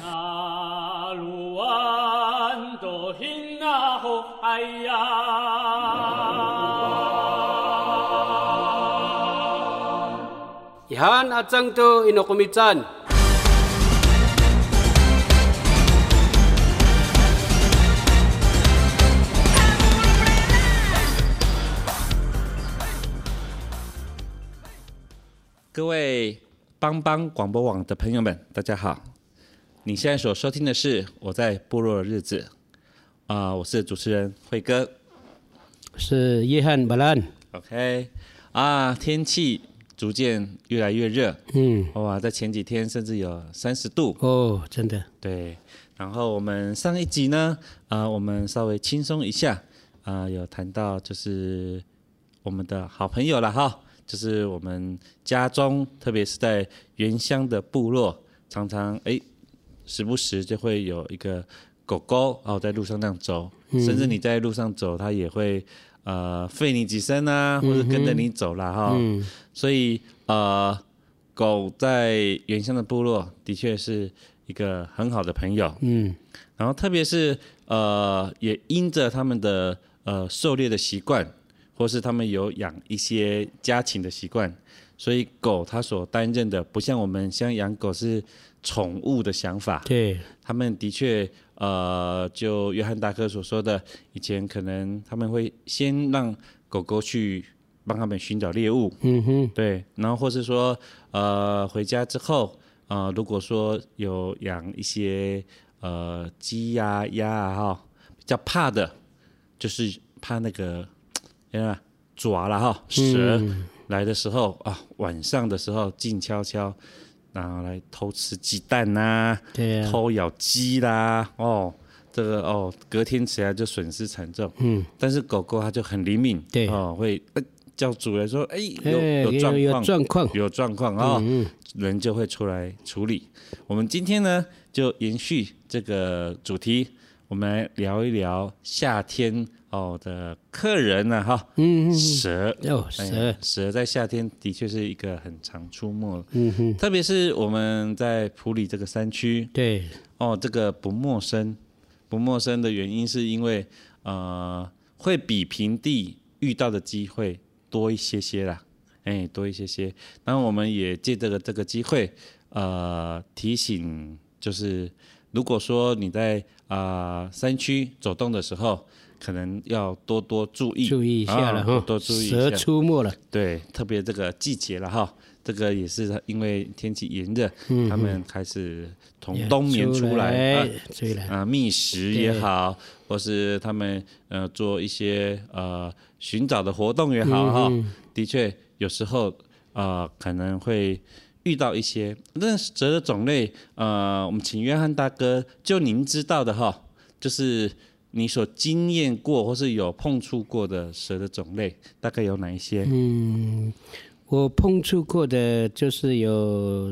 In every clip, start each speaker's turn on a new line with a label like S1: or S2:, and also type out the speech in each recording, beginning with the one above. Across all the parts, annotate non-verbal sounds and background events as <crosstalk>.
S1: 那鲁啊安多hin 那吼哎呀。
S2: Ihan at sang to inokumitsan.
S3: 各位帮帮广播网的朋友们，大家好！你现在所收听的是《我在部落的日子》啊、我是主持人辉哥。
S2: 是约翰·巴兰，
S3: OK，啊，天气逐渐越来越热，
S2: 嗯，
S3: 哇，在前几天甚至有三十度，
S2: 哦，真的，
S3: 对。然后我们上一集呢，啊，我们稍微轻松一下，啊，有谈到就是我们的好朋友了哈，就是我们家中，特别是在原乡的部落，常常哎，时不时就会有一个狗狗哦在路上这样走，甚至你在路上走，它也会呃吠你几声啊，或者跟着你走啦哈。所以呃，狗在原乡的部落的确是一个很好的朋友。
S2: 嗯，
S3: 然后特别是呃，也因着他们的呃狩猎的习惯，或是他们有养一些家禽的习惯，所以狗它所担任的不像我们像养狗是宠物的想法，
S2: 对，
S3: 他们的确呃，就约翰大哥所说的，以前可能他们会先让狗狗去帮他们寻找猎物，
S2: 嗯哼，
S3: 对，然后或是说，呃，回家之后，呃，如果说有养一些呃鸡呀、鸭啊哈，比较怕的，就是怕那个啊爪了哈，蛇
S2: 嗯
S3: 来的时候、啊，晚上的时候静悄悄，然后来偷吃鸡蛋呐、
S2: 对啊，
S3: 偷咬鸡啦，哦，这个哦，隔天起来就损失惨重。
S2: 嗯，
S3: 但是狗狗它就很灵敏，
S2: 对
S3: 哦，会、呃叫主人说，哎、
S2: 哎
S3: 有状
S2: 有
S3: 况，
S2: 状况，嗯
S3: 有状况啊，人就会出来处理。我们今天呢，就延续这个主题，我们来聊一聊夏天哦的客人呢、哈，
S2: 嗯
S3: 蛇，
S2: 哦，
S3: 哎
S2: 蛇，
S3: 蛇在夏天的确是一个很常出没，
S2: 嗯哼，
S3: 特别是我们在普里这个山区，
S2: 对，
S3: 哦，这个不陌生，不陌生的原因是因为呃，会比平地遇到的机会多一些些啦，哎，多一些些。那我们也借这个这个机会，呃，提醒就是，如果说你在啊、呃山区走动的时候，可能要多多注意，
S2: 注意一下了
S3: 啊
S2: 哈，
S3: 多注意一下
S2: 蛇出没了，
S3: 对，特别这个季节了哈，这个也是因为天气炎热，他们开始从冬眠出来啊
S2: 来，哎嗯出来，
S3: 啊，觅食也好，或是他们呃做一些呃寻找的活动也好哈、的确有时候呃可能会遇到一些嗯那蛇的种类，呃，我们请约翰大哥就您知道的哈，就是你所经验过或是有碰触过的蛇的种类，大概有哪一些？
S2: 嗯，我碰触过的就是有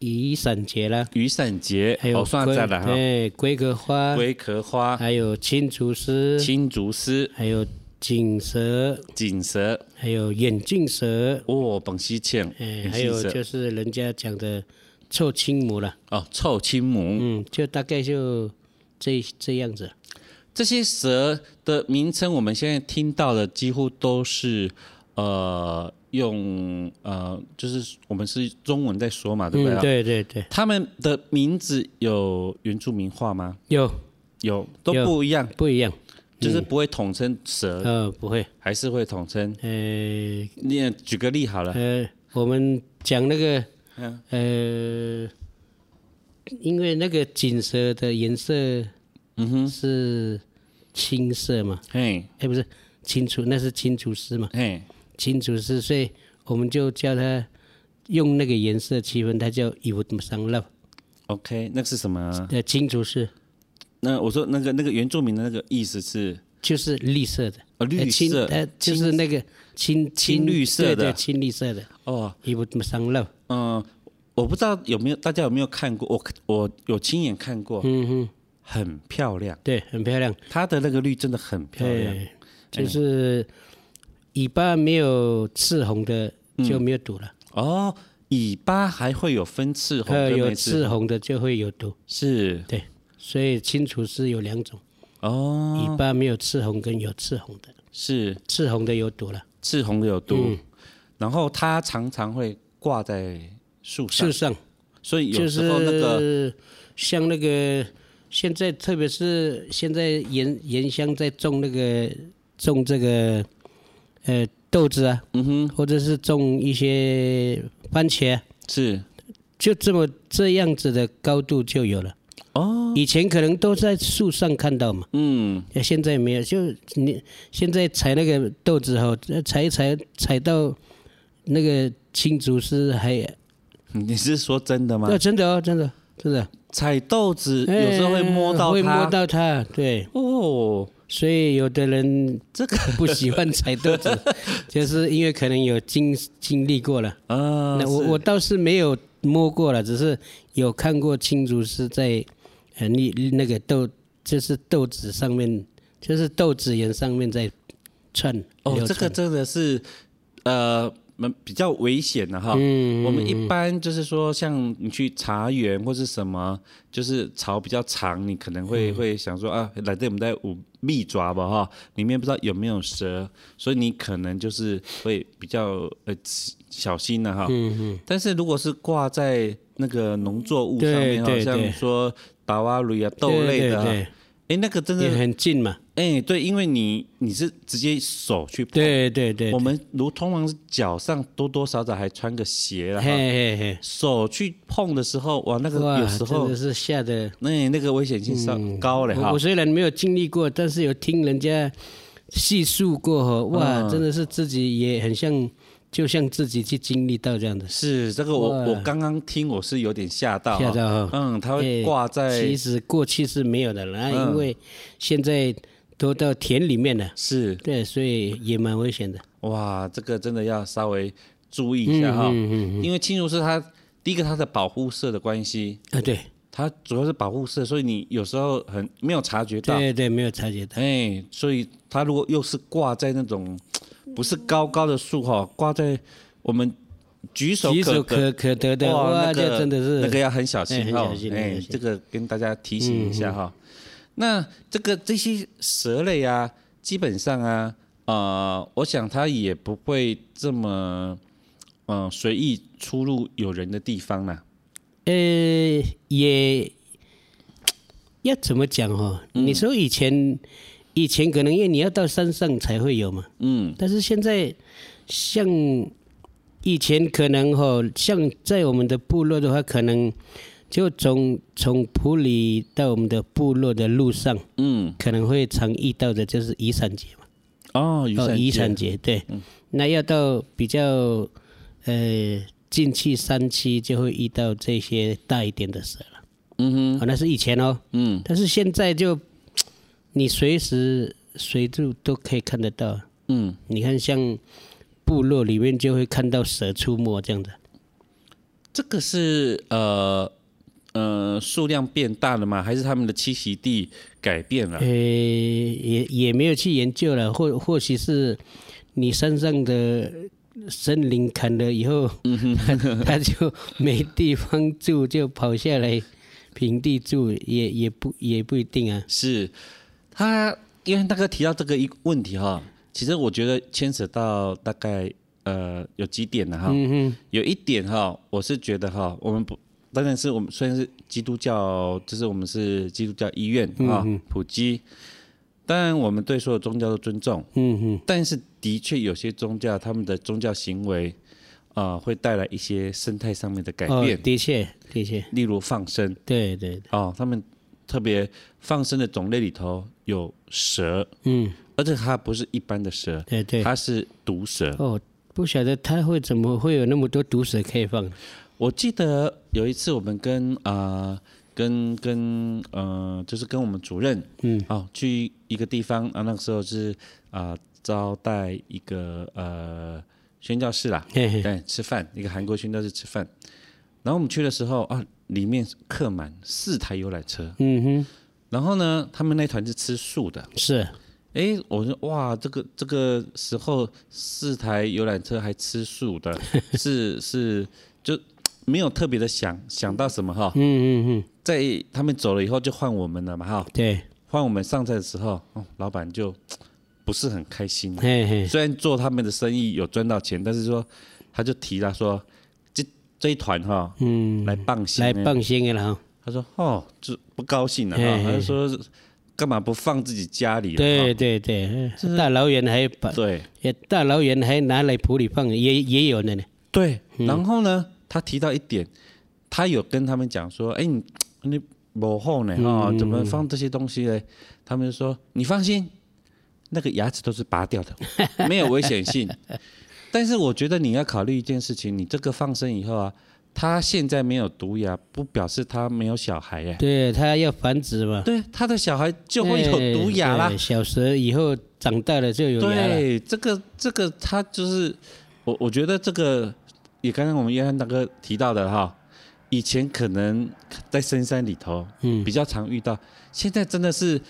S2: 雨伞节啦，
S3: 雨伞节
S2: 还，
S3: 哦，
S2: 有
S3: 算
S2: 龟
S3: 在了哈，
S2: 对，龟壳花，
S3: 龟壳花、
S2: 还有青竹丝，
S3: 青竹丝、
S2: 还有锦蛇，
S3: 锦蛇、
S2: 还有眼镜蛇，
S3: 哦，本溪蚬、
S2: 哎，
S3: 本
S2: 还
S3: 溪
S2: 有
S3: 蛇
S2: 就是人家讲的臭青母了，
S3: 哦，臭青母、
S2: 嗯，就大概就这这样子。
S3: 这些蛇的名称，我们现在听到的几乎都是呃用呃，就是我们是中文在说嘛，对不对？
S2: 嗯，对对对，
S3: 他们的名字有原住民话吗？
S2: 有
S3: 有，都
S2: 有嗯
S3: 不一样，
S2: 不一样，
S3: 就是不会统称蛇，
S2: 呃，不会，
S3: 还是会统称。
S2: 呃
S3: 你举个例好了，
S2: 呃，我们讲那个，呃，因为那个锦蛇的颜色，嗯哼，是青色嘛，
S3: 嘿，
S2: 哎，不是青竹，那是青竹丝嘛，
S3: 嘿，
S2: 青竹丝，所以我们就叫它用那个颜色区分，它叫 i v 么 m love，
S3: OK，那是什么？
S2: 呃，青竹丝。
S3: 那我说那个那个原住民的那个意思是
S2: 就是绿色的，
S3: 哦绿
S2: 呃青
S3: 色
S2: 呃，就是那个青
S3: 青绿色的
S2: 对对青绿色的，
S3: 哦，
S2: 一不上漏，
S3: 嗯，我不知道有没有大家有没有看过，我我有亲眼看过，
S2: 嗯哼，
S3: 很漂亮，
S2: 对，很漂亮，
S3: 它的那个绿真的很漂亮。
S2: 对，就是尾巴没有赤红的
S3: 嗯
S2: 就没有毒了，
S3: 哦，尾巴还会有分刺红
S2: 呃，
S3: 跟
S2: 有
S3: 没刺
S2: 赤红的就会有毒，
S3: 是
S2: 对，所以清除是有两种，
S3: 哦，
S2: 尾巴没有赤红跟有赤红的，
S3: 是
S2: 赤红的有毒了，
S3: 赤红的有毒，
S2: 嗯
S3: 然后它常常会挂在树上
S2: 树，上。
S3: 所以有
S2: 就
S3: 时候那个
S2: 是像那个现在，特别是现在盐盐乡在种那个种这个呃豆子啊，嗯哼，或者是种一些番茄啊、
S3: 是
S2: 就这么这样子的高度就有了。哦，以前可能都在树上看到嘛，
S3: 嗯
S2: 呃现在没有。就你现在采那个豆子哈、呃采一采采到那个青竹是还，
S3: 你是说真的吗
S2: 那、？真的哦，真的真的。
S3: 采豆子有时候会摸到它，
S2: 哎会摸到它，对，
S3: 哦，
S2: 所以有的人
S3: 这个
S2: 不喜欢采豆
S3: <laughs>
S2: 子，就是因为可能有经经历过了。
S3: 啊，
S2: 那我
S3: 是
S2: 我倒是没有摸过了，只是有看过青竹是在呃那那个豆，就是豆子上面，就是豆子眼上面在窜。
S3: 哦，
S2: 流窜
S3: 这个真的是呃，蛮比较危险的
S2: 嗯
S3: 哈。我们一般就是说，像你去茶园或是什么，就是草比较长，你可能会、
S2: 嗯
S3: 会想说啊，来这我们在捂蜜抓吧哈，里面不知道有没有蛇，所以你可能就是会比较呃小心的、哈。
S2: 嗯
S3: 但是如果是挂在那个农作物上面哈，
S2: 对对
S3: 像
S2: 对
S3: 说达瓦鲁啊豆类的哈，
S2: 对对
S3: 哎，那个真
S2: 对
S3: 的
S2: 也很近嘛。
S3: 哎、对，因为你你是直接手去碰，
S2: 对对对，
S3: 我们如通常是脚上多多少少还穿个鞋
S2: 对
S3: 啦，
S2: 嘿嘿嘿，
S3: 手去碰的时候，哇，那个
S2: 哇，
S3: 有时候
S2: 真的是吓得。
S3: 那、那个危险性上高了
S2: 我
S3: 哈
S2: 我，虽然没有经历过，但是有听人家细述过哈，哇，
S3: 嗯
S2: 真的是自己也很像，就像自己去经历到这样的事。
S3: 是这个我
S2: 哇
S3: 我刚刚听我是有点吓到哈，
S2: 吓到哈
S3: 嗯，它会
S2: 哎
S3: 挂在、
S2: 其实过去是没有的啦，
S3: 嗯
S2: 因为现在都到田里面了，
S3: 是
S2: 对，所以也蛮危险的。
S3: 哇，这个真的要稍微注意一
S2: 嗯
S3: 下哈，因为青竹是它第一个它的保护色的关系，
S2: 啊，对，
S3: 它主要是保护色，所以你有时候很没有察觉到，
S2: 对对，没有察觉到。
S3: 哎，所以它如果又是挂在那种不是高高的树哈，挂在我们举手
S2: 举手
S3: 得
S2: 可可得的，哇，
S3: 那
S2: 这
S3: 个
S2: 真的是
S3: 那个要很小心
S2: 哎很
S3: 哈
S2: 小，心很
S3: 哎
S2: 小，心嗯
S3: 这个跟大家提醒一下哈。那这个这些蛇类啊，基本上啊，呃，我想它也不会这么嗯随意出入有人的地方啦。
S2: 呃，也要怎么讲哦？
S3: 嗯
S2: 你说以前，以前可能因为你要到山上才会有嘛，
S3: 嗯，
S2: 但是现在像以前可能哦，像在我们的部落的话，可能就从从普里到我们的部落的路上，
S3: 嗯，
S2: 可能会常遇到的就是雨伞节嘛，
S3: 哦，雨
S2: 哦，
S3: 伞
S2: 雨
S3: 节嗯
S2: 伞节对，那要到比较呃进去山区就会遇到这些大一点的蛇了。
S3: 嗯哼，
S2: 哦，那是以前哦，
S3: 嗯，
S2: 但是现在就你随时随处都可以看得到。
S3: 嗯，
S2: 你看，像部落里面就会看到蛇出没这样的。
S3: 这个是呃呃数量变大了吗？还是他们的栖息地改变了
S2: 呃，？也也没有去研究了，或或许是你山上的森林砍了以后，
S3: 嗯
S2: 它它就没地方住，就跑下来平地住，也也不也不一定啊。
S3: 是他，因为大哥提到这个一个问题哈，其实我觉得牵扯到大概呃有几点了哈。
S2: 嗯
S3: 有一点哈，我是觉得哈，我们不。当然是我们虽然是基督教，就是我们是基督教医院
S2: 嗯
S3: 啊，普及。当然，我们对所有宗教都尊重，
S2: 嗯哼，
S3: 但是的确有些宗教他们的宗教行为，啊，会带来一些生态上面的改
S2: 哦
S3: 变，，
S2: 的确的确，
S3: 例如放生
S2: 对对，对
S3: 哦，他们特别放生的种类里头有蛇，
S2: 嗯，
S3: 而且它不是一般的蛇，
S2: 对对。
S3: 它是毒蛇。
S2: 哦，不晓得他会怎么会有那么多毒蛇可以放。
S3: 我记得有一次我们跟啊、呃跟跟呃，就是跟我们主任，嗯，哦，去一个地方啊，那个时候是啊、招待一个呃宣教士啦，
S2: 嘿嘿
S3: 对，吃饭，一个韩国宣教士吃饭。然后我们去的时候啊，里面客满四台游览车，
S2: 嗯哼，
S3: 然后呢，他们那团是吃素的，
S2: 是
S3: 诶，我说哇，这个这个时候四台游览车还吃素
S2: <laughs>
S3: 的，是是就没有特别的想想到什么哈。
S2: 嗯嗯嗯，
S3: 在他们走了以后，就换我们了嘛哈。
S2: 对，
S3: 换我们上菜的时候，哦、老板就嘖不是很开心。啊
S2: <laughs> 嘿嘿，
S3: 虽然做他们的生意有赚到钱，但是说他就提了说，这这一团哈、
S2: 嗯，
S3: 来棒刑
S2: 来
S3: 呢
S2: 放心的啦哈，
S3: 他说哦，这不高兴了、
S2: 嘿
S3: 啊，
S2: 嘿
S3: 他就说干嘛不放自己家里、啊？
S2: 对对对，大老远还把
S3: 对。
S2: 也大老远还拿来普里放，也也有的呢，
S3: 对，
S2: 嗯
S3: 然后呢，他提到一点，他有跟他们讲说，哎、你你某后
S2: 嗯
S3: 呢哈、怎么放这些东西呢？他们就说，你放心，那个牙齿都是拔掉
S2: <laughs>
S3: 的，没有危险性。但是我觉得你要考虑一件事情，你这个放生以后啊，他现在没有毒牙，不表示他没有小孩耶。
S2: 对他要繁殖嘛，
S3: 对，他的小孩就会有毒牙啦
S2: 对。小时以后长大了就有牙了，
S3: 对，这个这个他就是我，我觉得这个也刚刚我们约翰大哥提到的哈，以前可能在深山里头，嗯，比较常遇到，现在真的是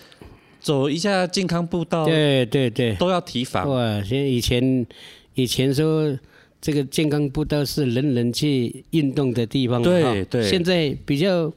S3: 走一下健康步道
S2: 对对对，
S3: 都要提防，
S2: 哇，现在以前以前说这个健康步道是人人去运动的地方，
S3: 对
S2: 哈
S3: 对
S2: 现在比较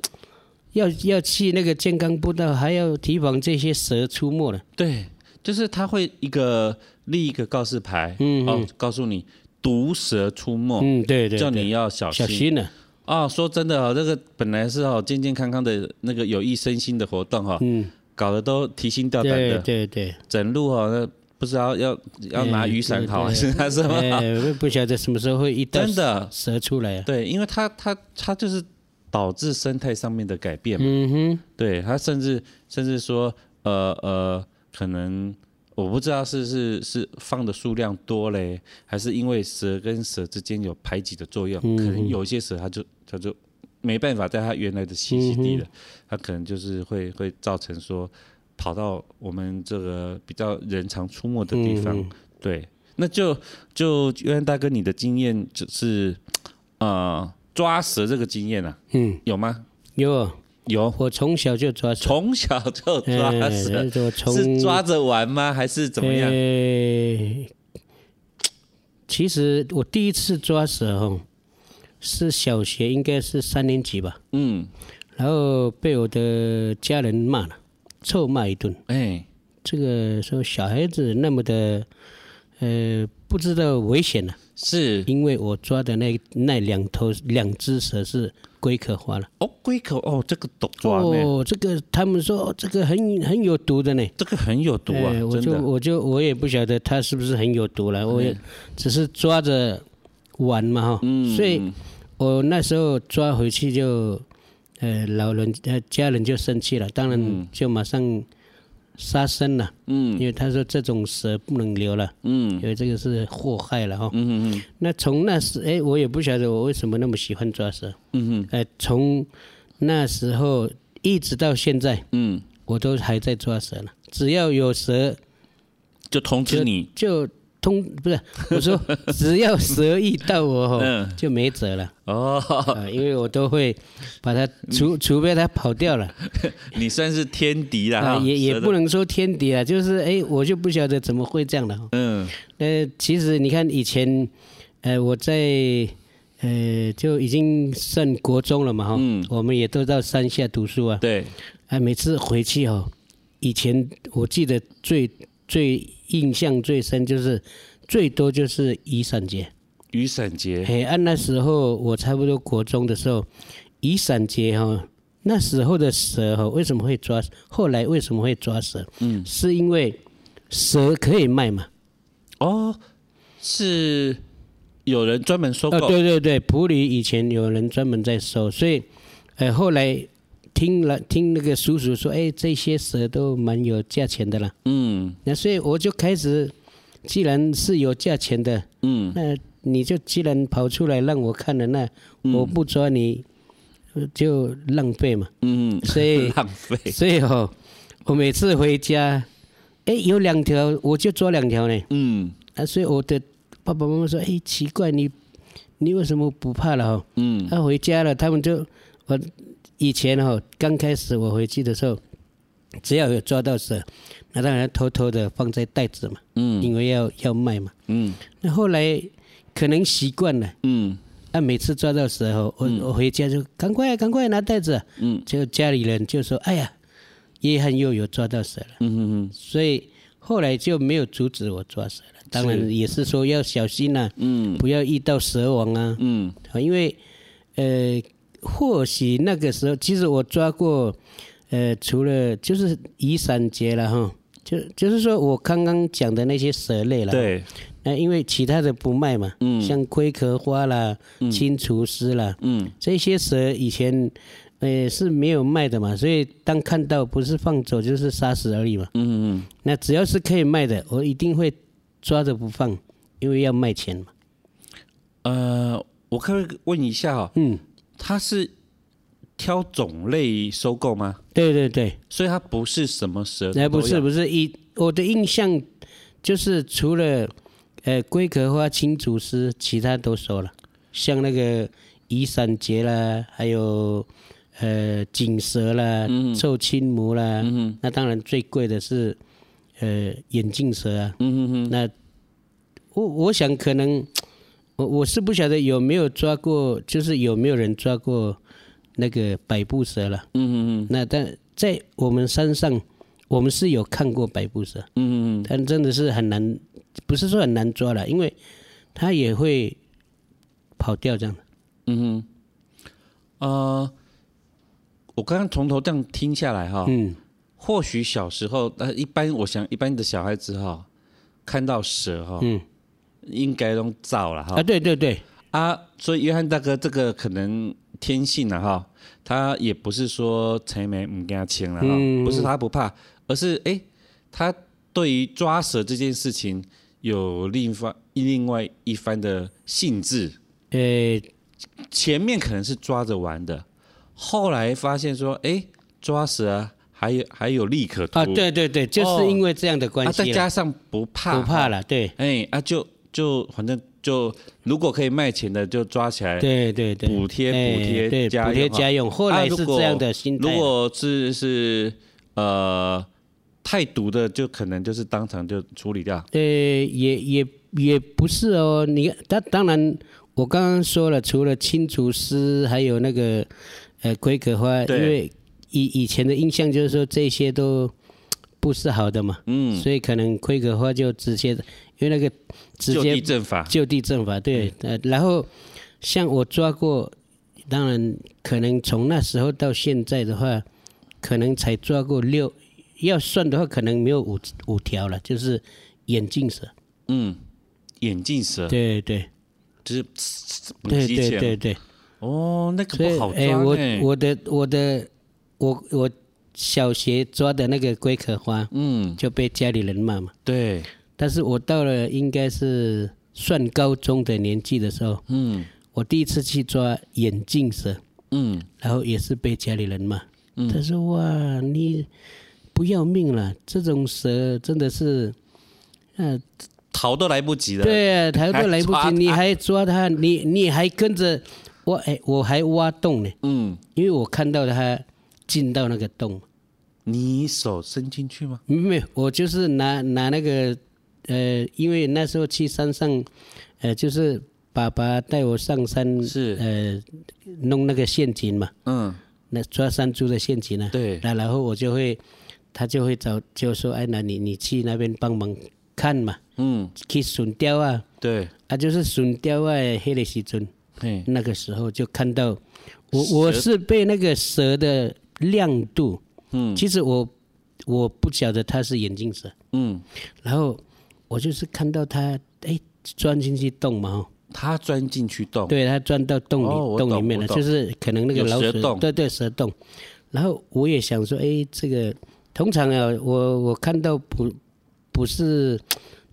S2: 要要去那个健康步道，还要提防这些蛇出没了。
S3: 对，就是他会一个立一个告示牌，嗯，哦，告诉你毒蛇出没，
S2: 嗯，对对，
S3: 哦叫
S2: 对
S3: 你要小
S2: 小
S3: 心。
S2: 心了。
S3: 啊、说真的哦，这个本来是哦健健康康的那个有益身心的活动哈、哦，嗯，搞得都提心吊胆的，
S2: 对对对，
S3: 整路哦，那不知道要要拿雨伞好还是拿什么好？
S2: 哎，我不晓得什么时候会一
S3: <laughs>
S2: 道
S3: 真的
S2: 蛇出来啊。
S3: 对，因为它它它就是导致生态上面的改变嘛。嗯哼，对，它甚至甚至说，呃呃，可能我不知道是是是放的数量多嘞，还是因为蛇跟蛇之间有排挤的作用，可能有一些蛇它就它就没办法在它原来的栖息地了，它可能就是会会造成说跑到我们这个比较人常出没的地方，对。那就就约翰大哥，你的经验就是呃抓蛇这个经验啊，
S2: 嗯，
S3: 有吗？
S2: 有，
S3: 有，
S2: 我从小就抓蛇，
S3: 从小就抓
S2: 哎
S3: 蛇，
S2: 我从哎
S3: 是抓着玩吗？还是怎么样？
S2: 呃，其实我第一次抓蛇哦，是小学应该是三年级吧，
S3: 嗯，
S2: 然后被我的家人骂了，臭骂一顿。
S3: 哎，
S2: 这个说小孩子那么的，呃，不知道危险了、
S3: 是
S2: 因为我抓的那那两头两只蛇是龟壳花了。
S3: 哦，龟壳哦，这个毒抓呢，
S2: 哦，这个他们说、哦这个很很有毒的呢。
S3: 这个很有毒啊
S2: 哎，我
S3: 真
S2: 就
S3: 的。嗯
S2: 我就我也不晓得它是不是很有毒了，我也只是抓着玩嘛哈，所
S3: 嗯
S2: 以我那时候抓回去就，呃，老人呃家人就生气了，当然就马上杀生了，因
S3: 嗯
S2: 为他说这种蛇不能留了，
S3: 嗯
S2: 因为这个是祸害了哈。
S3: 嗯嗯
S2: 那从那时哎，我也不晓得我为什么那么喜欢抓蛇，
S3: 嗯嗯
S2: 哎，从那时候一直到现在，
S3: 嗯，
S2: 我都还在抓蛇呢，只要有蛇。
S3: 就通知你，
S2: 就通
S3: <laughs>
S2: 不是我说，只要蛇一到我吼
S3: 嗯
S2: 就没辙了
S3: 哦，嗯
S2: 啊，因为我都会把它除除非它跑掉了
S3: <laughs> 你算是天敌啦，
S2: 啊，
S3: 哈
S2: 也也
S3: 蛇的
S2: 不能说天敌啊，就是哎，我就不晓得怎么会这样了哈。
S3: 嗯
S2: 那其实你看以前，呃，我在呃就已经上国中了嘛哈，
S3: 嗯
S2: 我们也都到山下读书啊，
S3: 对，
S2: 哎，每次回去哦，以前我记得最最印象最深就是最多就是雨伞节。
S3: 雨伞节
S2: 嘿，啊按、那时候我差不多国中的时候，雨伞节哈、哦那时候的蛇哈、为什么会抓？后来为什么会抓蛇？嗯，是因为蛇可以卖嘛？
S3: 哦，是有人专门收
S2: 哦，
S3: 购，
S2: 对对对，普里以前有人专门在收，所以，呃，后来听了听那个叔叔说，哎，这些蛇都蛮有价钱的啦。
S3: 嗯
S2: 那所以我就开始，既然是有价钱的，
S3: 嗯，嗯
S2: 那你就既然跑出来让我看了，那我不抓你，就浪费嘛。
S3: 嗯，
S2: 所以
S3: <laughs> 浪费，
S2: 所以哦，我每次回家，哎，有两条我就抓两条呢。
S3: 嗯
S2: 啊，所以我的爸爸妈妈说，哎，奇怪，你你为什么不怕了哦？
S3: 嗯
S2: 他、回家了，他们就我以前哦，刚开始我回去的时候，只要有抓到蛇，那当然偷偷的放在袋子嘛，
S3: 嗯
S2: 因为要要卖嘛。
S3: 嗯
S2: 那后来可能习惯了，
S3: 嗯
S2: 啊，每次抓到蛇后，我我回家就赶快赶快拿袋子，
S3: 嗯
S2: 就家里人就说：“哎呀，约翰又有抓到蛇了。”
S3: 嗯嗯
S2: 所以后来就没有阻止我抓蛇了。当然也是说要小心呐、
S3: 嗯
S2: 不要遇到蛇王啊。
S3: 嗯
S2: 啊，因为呃，或许那个时候，其实我抓过，呃，除了就是雨伞节了哈，就就是说我刚刚讲的那些蛇类了，，
S3: 对，
S2: 那、因为其他的不卖嘛，
S3: 嗯
S2: 像龟壳花啦、青厨师啦，
S3: 嗯
S2: 这些蛇以前。呃，是没有卖的嘛，所以当看到不是放走就是杀死而已嘛。
S3: 嗯嗯
S2: 那只要是可以卖的，我一定会抓着不放，因为要卖钱嘛。
S3: 呃，我可不可以问一下哦，
S2: 嗯，
S3: 它是挑种类收购吗？
S2: 对对对。
S3: 所以它不是什么蛇都
S2: 哎，
S3: 要，
S2: 不是不是，一我的印象就是除了呃龟壳花、青竹丝，其他都收了，像那个雨伞节啦，还有呃锦蛇啦、
S3: 嗯
S2: 臭青母啦，那当然最贵的是呃眼镜蛇啊。
S3: 嗯嗯嗯
S2: 那我我想可能我我是不晓得有没有抓过，就是有没有人抓过那个百步蛇了。
S3: 嗯嗯
S2: 那但在我们山上，我们是有看过百步蛇，
S3: 嗯嗯
S2: 但真的是很难，不是说很难抓了，因为它也会跑掉这样。
S3: 嗯嗯，呃，我刚刚从头这样听下来哈，
S2: 嗯，
S3: 或许小时候，呃，一般我想一般的小孩子哈，看到蛇哈，
S2: 嗯
S3: 应该都造了
S2: 啊，
S3: 哈
S2: 对对对，
S3: 啊，所以约翰大哥这个可能天性了哈，他也不是说柴眉不跟他亲啊了哈，
S2: 嗯
S3: 不是他不怕，而是哎、诶他对于抓蛇这件事情有另一番另外一番的兴致，
S2: 呃，
S3: 前面可能是抓着玩的，后来发现说，哎、抓蛇、啊、还有还有利可图
S2: 啊，对对对，就是因为这样的关
S3: 啊，再
S2: 系
S3: 加
S2: 啦，
S3: 上不怕，
S2: 不怕，了，对
S3: 哎、啊就就反正就如果可以卖钱的就抓起来，
S2: 对对对，
S3: 补贴
S2: 哎
S3: 补贴
S2: 对
S3: 家
S2: 补贴
S3: 用哈
S2: 家用，后
S3: 啊
S2: 来
S3: 如
S2: 是
S3: 果
S2: 这样的心态啊
S3: 如
S2: 啦，
S3: 果是是呃太毒的，就可能就是当场就处理掉。
S2: 呃，也也也不是哦，你他当然，我刚刚说了，除了青竹丝，还有那个呃龟壳花，因
S3: 对
S2: 为以以前的印象就是说这些都不是好的嘛，
S3: 嗯，
S2: 所以可能龟壳花就直接，因为那个直
S3: 就地
S2: 接
S3: 正法。
S2: 就地正法，对，
S3: 嗯
S2: 呃，然后像我抓过，当然可能从那时候到现在的话，可能才抓过六，要算的话可能没有五五条了，就是眼镜蛇。
S3: 嗯，眼镜蛇
S2: 对对
S3: 就是
S2: 对
S3: 机
S2: 对
S3: 器
S2: 对对，
S3: 哦，那个
S2: 所以
S3: 啊不好抓
S2: 哎，我
S3: 呢
S2: 我的我的我我小学抓的那个龟壳花
S3: 嗯，
S2: 就被家里人骂嘛，
S3: 对，
S2: 但是我到了应该是算高中的年纪的时候，
S3: 嗯
S2: 我第一次去抓眼镜蛇，
S3: 嗯
S2: 然后也是被家里人骂，他说哇你不要命了，这种蛇真的是，呃，
S3: 逃都来不及了。
S2: 对啊，他都来不
S3: 抓
S2: 及，
S3: 它
S2: 你还抓它，你你还跟着我，哎，我还挖洞呢。
S3: 嗯，
S2: 因为我看到他进到那个洞，
S3: 你手伸进去吗？
S2: 没有，我就是拿拿那个呃，因为那时候去山上，呃，就是爸爸带我上山，
S3: 是
S2: 呃，弄那个陷阱嘛，
S3: 嗯，
S2: 那抓山猪的陷阱啊，
S3: 对
S2: 那然后我就会，他就会找，就说，哎，那你你去那边帮忙看嘛，
S3: 嗯，
S2: 去笋雕啊，
S3: 对，
S2: 啊，就是笋雕啊，黑的时阵，
S3: 嘿，
S2: 那个时候就看到，我我是被那个蛇的亮度，
S3: 嗯
S2: 其实我我不晓得它是眼镜蛇，
S3: 嗯，
S2: 然后我就是看到它，哎，钻进去洞嘛，哦，
S3: 他钻进去洞，，
S2: 对，它钻到洞里、
S3: 哦我懂
S2: 洞里面了，
S3: 我懂
S2: 就是可能那个
S3: 有
S2: 老鼠
S3: 蛇洞
S2: 对对蛇洞，然后我也想说，哎，这个通常啊，我我看到不不是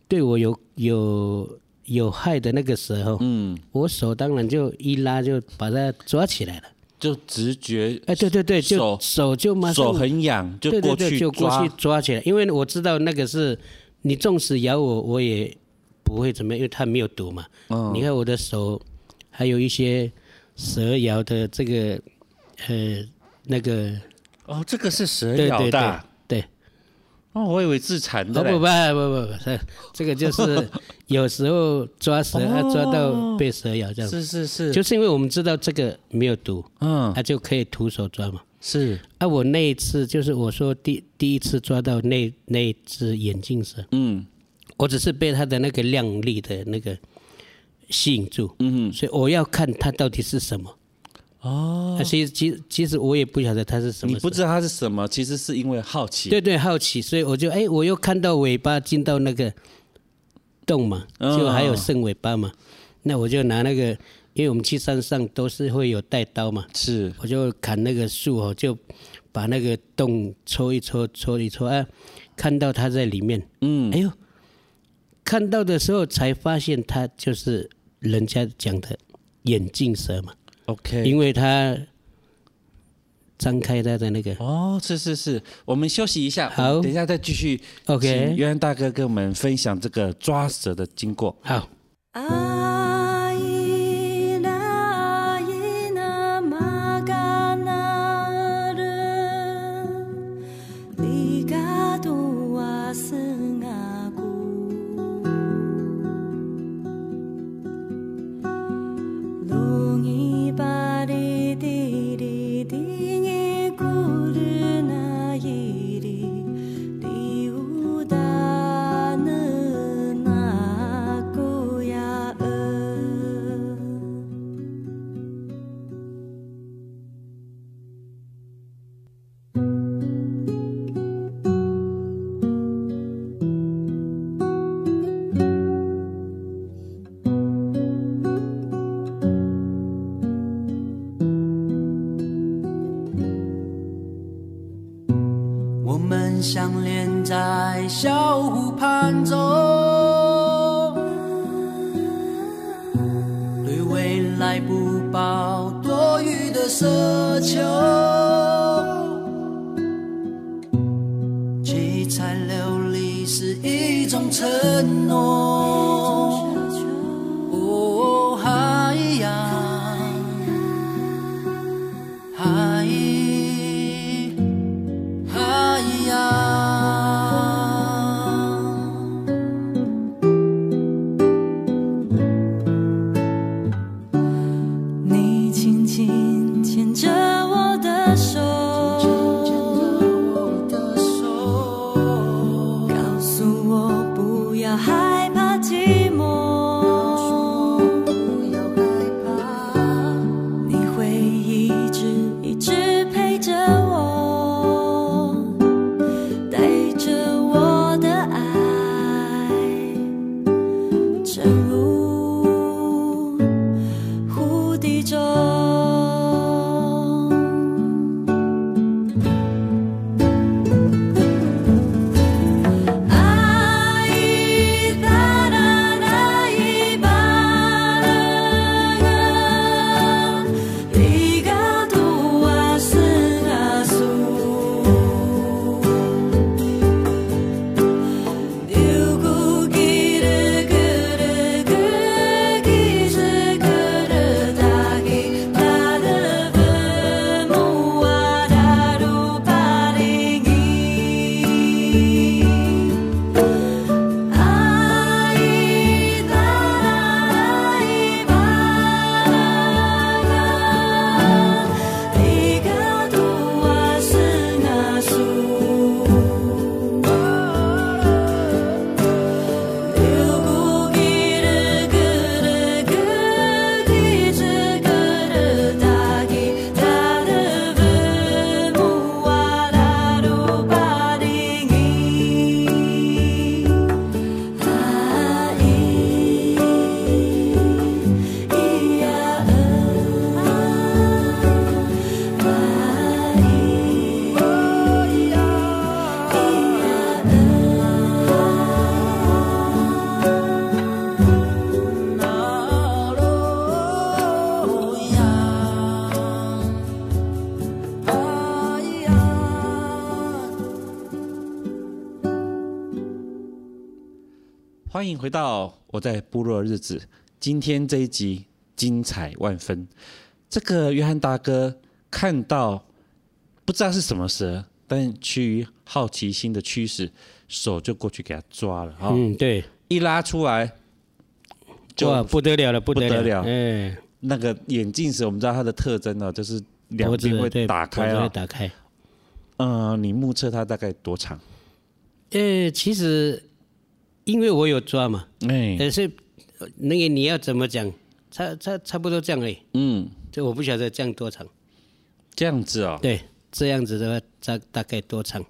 S2: 对我有有有害的那个蛇哦，
S3: 嗯
S2: 我手当然就一拉就把它抓起来了。
S3: 就直觉，
S2: 哎，对对对，就
S3: 手
S2: 手就马上
S3: 手很痒，就
S2: 对对
S3: 过
S2: 对
S3: 去
S2: 就过
S3: 抓
S2: 去抓起来，因为我知道那个是你纵使咬我，我也不会怎么样，因为它没有毒嘛。
S3: 嗯
S2: 你看我的手，还有一些蛇咬的这个呃那个，
S3: 哦，这个是蛇
S2: 对
S3: 咬
S2: 对
S3: 的
S2: 对
S3: 啊，
S2: 对，
S3: 哦，我以为自残
S2: 哦
S3: 的嘞
S2: 不不不不不 <laughs> 是，这个就是有时候抓蛇，啊抓到被蛇咬这
S3: 哦
S2: 样，
S3: 是是是，
S2: 就是因啊为我们知道这个没有毒，
S3: 嗯
S2: 它就可以徒手抓嘛。
S3: 是
S2: 啊，我那一次就是我说第第一次抓到那那一只眼镜蛇，
S3: 嗯
S2: 我只是被它的那个亮丽的那个吸引住，
S3: 嗯
S2: 所以我要看它到底是什么。
S3: 哦，
S2: 啊，其实其其实我也不晓得它是什么
S3: 你
S2: 蛇，
S3: 不知道它是什么，其实是因为好奇，
S2: 对对，好奇，所以我就哎，我又看到尾巴进到那个洞嘛，
S3: 嗯
S2: 就还有剩尾巴嘛，那我就拿那个，因为我们去山上都是会有带刀嘛，
S3: 是
S2: 我就砍那个树哦，就把那个洞戳一戳，戳一戳啊，看到它在里面，
S3: 嗯
S2: 哎呦，看到的时候才发现它就是人家讲的眼镜蛇嘛，
S3: OK。
S2: 因为它张开它的那个
S3: 哦，是是是，我们休息一下，
S2: 好
S3: 我们等一下再继续。
S2: OK
S3: 请约翰大哥跟我们分享这个抓蛇的经过。
S2: 好。
S4: 阿依那阿依那玛嘎那人，里嘎多阿森阿古，龙伊巴里地里地尼古日那伊里里乌达那那古呀呃。
S5: 我们相恋在小湖畔中，对未来不抱多余的奢求，七彩琉璃是一种承诺。哦，海洋，海。
S4: 哎
S5: 海洋，
S4: 你轻轻牵着我的手，
S5: 我的手，
S4: 告诉我不要害怕寂寞，
S5: 不要害怕，
S4: 你会一直一直陪着我，带着我的爱，沉入湖底中。阿依
S3: 欢迎回到我在部落的日子。今天这一集精彩万分。这个约翰大哥看到不知道是什么蛇，但趋于好奇心的驱使，手就过去给他抓了哈、
S2: 嗯，对，
S3: 一拉出来，就
S2: 哇，不得了了，不得
S3: 不得了
S2: 哎，
S3: 那个眼镜蛇，我们知道它的特征呢、就是两
S2: 脖
S3: 边
S2: 子
S3: 会
S2: 对
S3: 打开
S2: 脖子
S3: 啊、
S2: 会打开。
S3: 嗯、你目测它大概多长？
S2: 呃，其实因为我有抓嘛，
S3: 哎、
S2: 但是呃那个你要怎么讲，差差差不多这样而已。
S3: 嗯，
S2: 这我不晓得这样多长。
S3: 这样子哦，
S2: 对，这样子的话，大大概多长？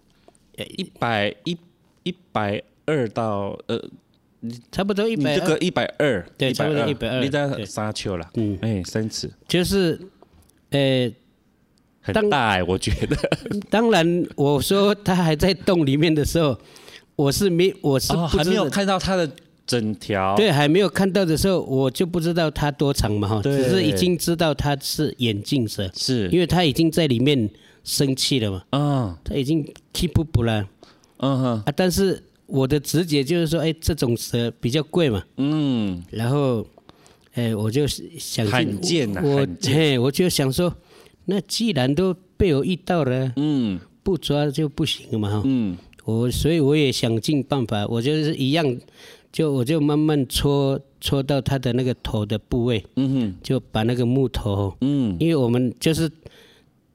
S3: 一百一一百二到呃，
S2: 差不多一
S3: 你
S2: 百
S3: 这个一百二，
S2: 对差不多
S3: 120
S2: 120
S3: 你在
S2: 对
S3: 沙丘了，嗯
S2: 嗯，
S3: 哎、三尺，
S2: 就是，呃，
S3: 很
S2: 当
S3: 大哎、我觉
S2: <laughs>
S3: 得，
S2: 当然我说它还在洞里面的时候，我是没我
S3: <laughs>
S2: 是
S3: 哦，
S2: 不
S3: 还
S2: 知
S3: 没
S2: 道、
S3: 有看到它的整条，
S2: 对，还没有看到的时候，我就不知道它多长嘛哈，
S3: 对
S2: 只是已经知道它是眼镜蛇，
S3: 是，
S2: 因为它已经在里面生气了嘛，
S3: 嗯
S2: 它已经 keep 不了
S3: 嗯哼
S2: 啊。但是我的直觉就是说，哎，这种蛇比较贵嘛，
S3: 嗯，
S2: 然后，哎，我就想
S3: 罕见啊
S2: 我
S3: 罕见
S2: 嘿，我就想说，那既然都被我遇到了，
S3: 嗯
S2: 不抓就不行了嘛哈。
S3: 嗯
S2: 我所以我也想尽办法，我就是一样，就我就慢慢戳戳到它的那个头的部位，
S3: 嗯哼
S2: 就把那个木头，
S3: 嗯
S2: 因为我们就是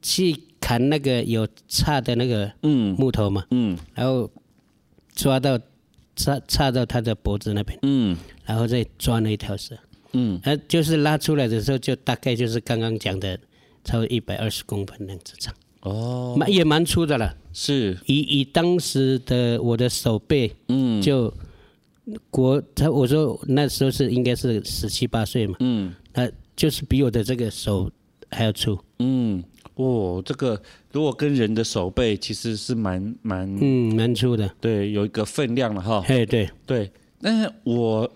S2: 去砍那个有叉的那个
S3: 嗯
S2: 木头嘛，
S3: 嗯
S2: 然后抓到插插到它的脖子那边，
S3: 嗯
S2: 然后再抓那一条蛇。
S3: 嗯，
S2: 呃，就是拉出来的时候，就大概就是刚刚讲的，超过一百二十公分那样子长，
S3: 哦，
S2: 蛮也蛮粗的了。
S3: 是，
S2: 以以当时的我的手背，
S3: 嗯
S2: 就国他我说那时候是应该是十七八岁嘛，
S3: 嗯
S2: 那就是比我的这个手还要粗。
S3: 嗯，哦，这个如果跟人的手背其实是蛮蛮，
S2: 嗯，蛮粗的。
S3: 对，有一个分量了哈，
S2: 嘿，对，
S3: 对，但是我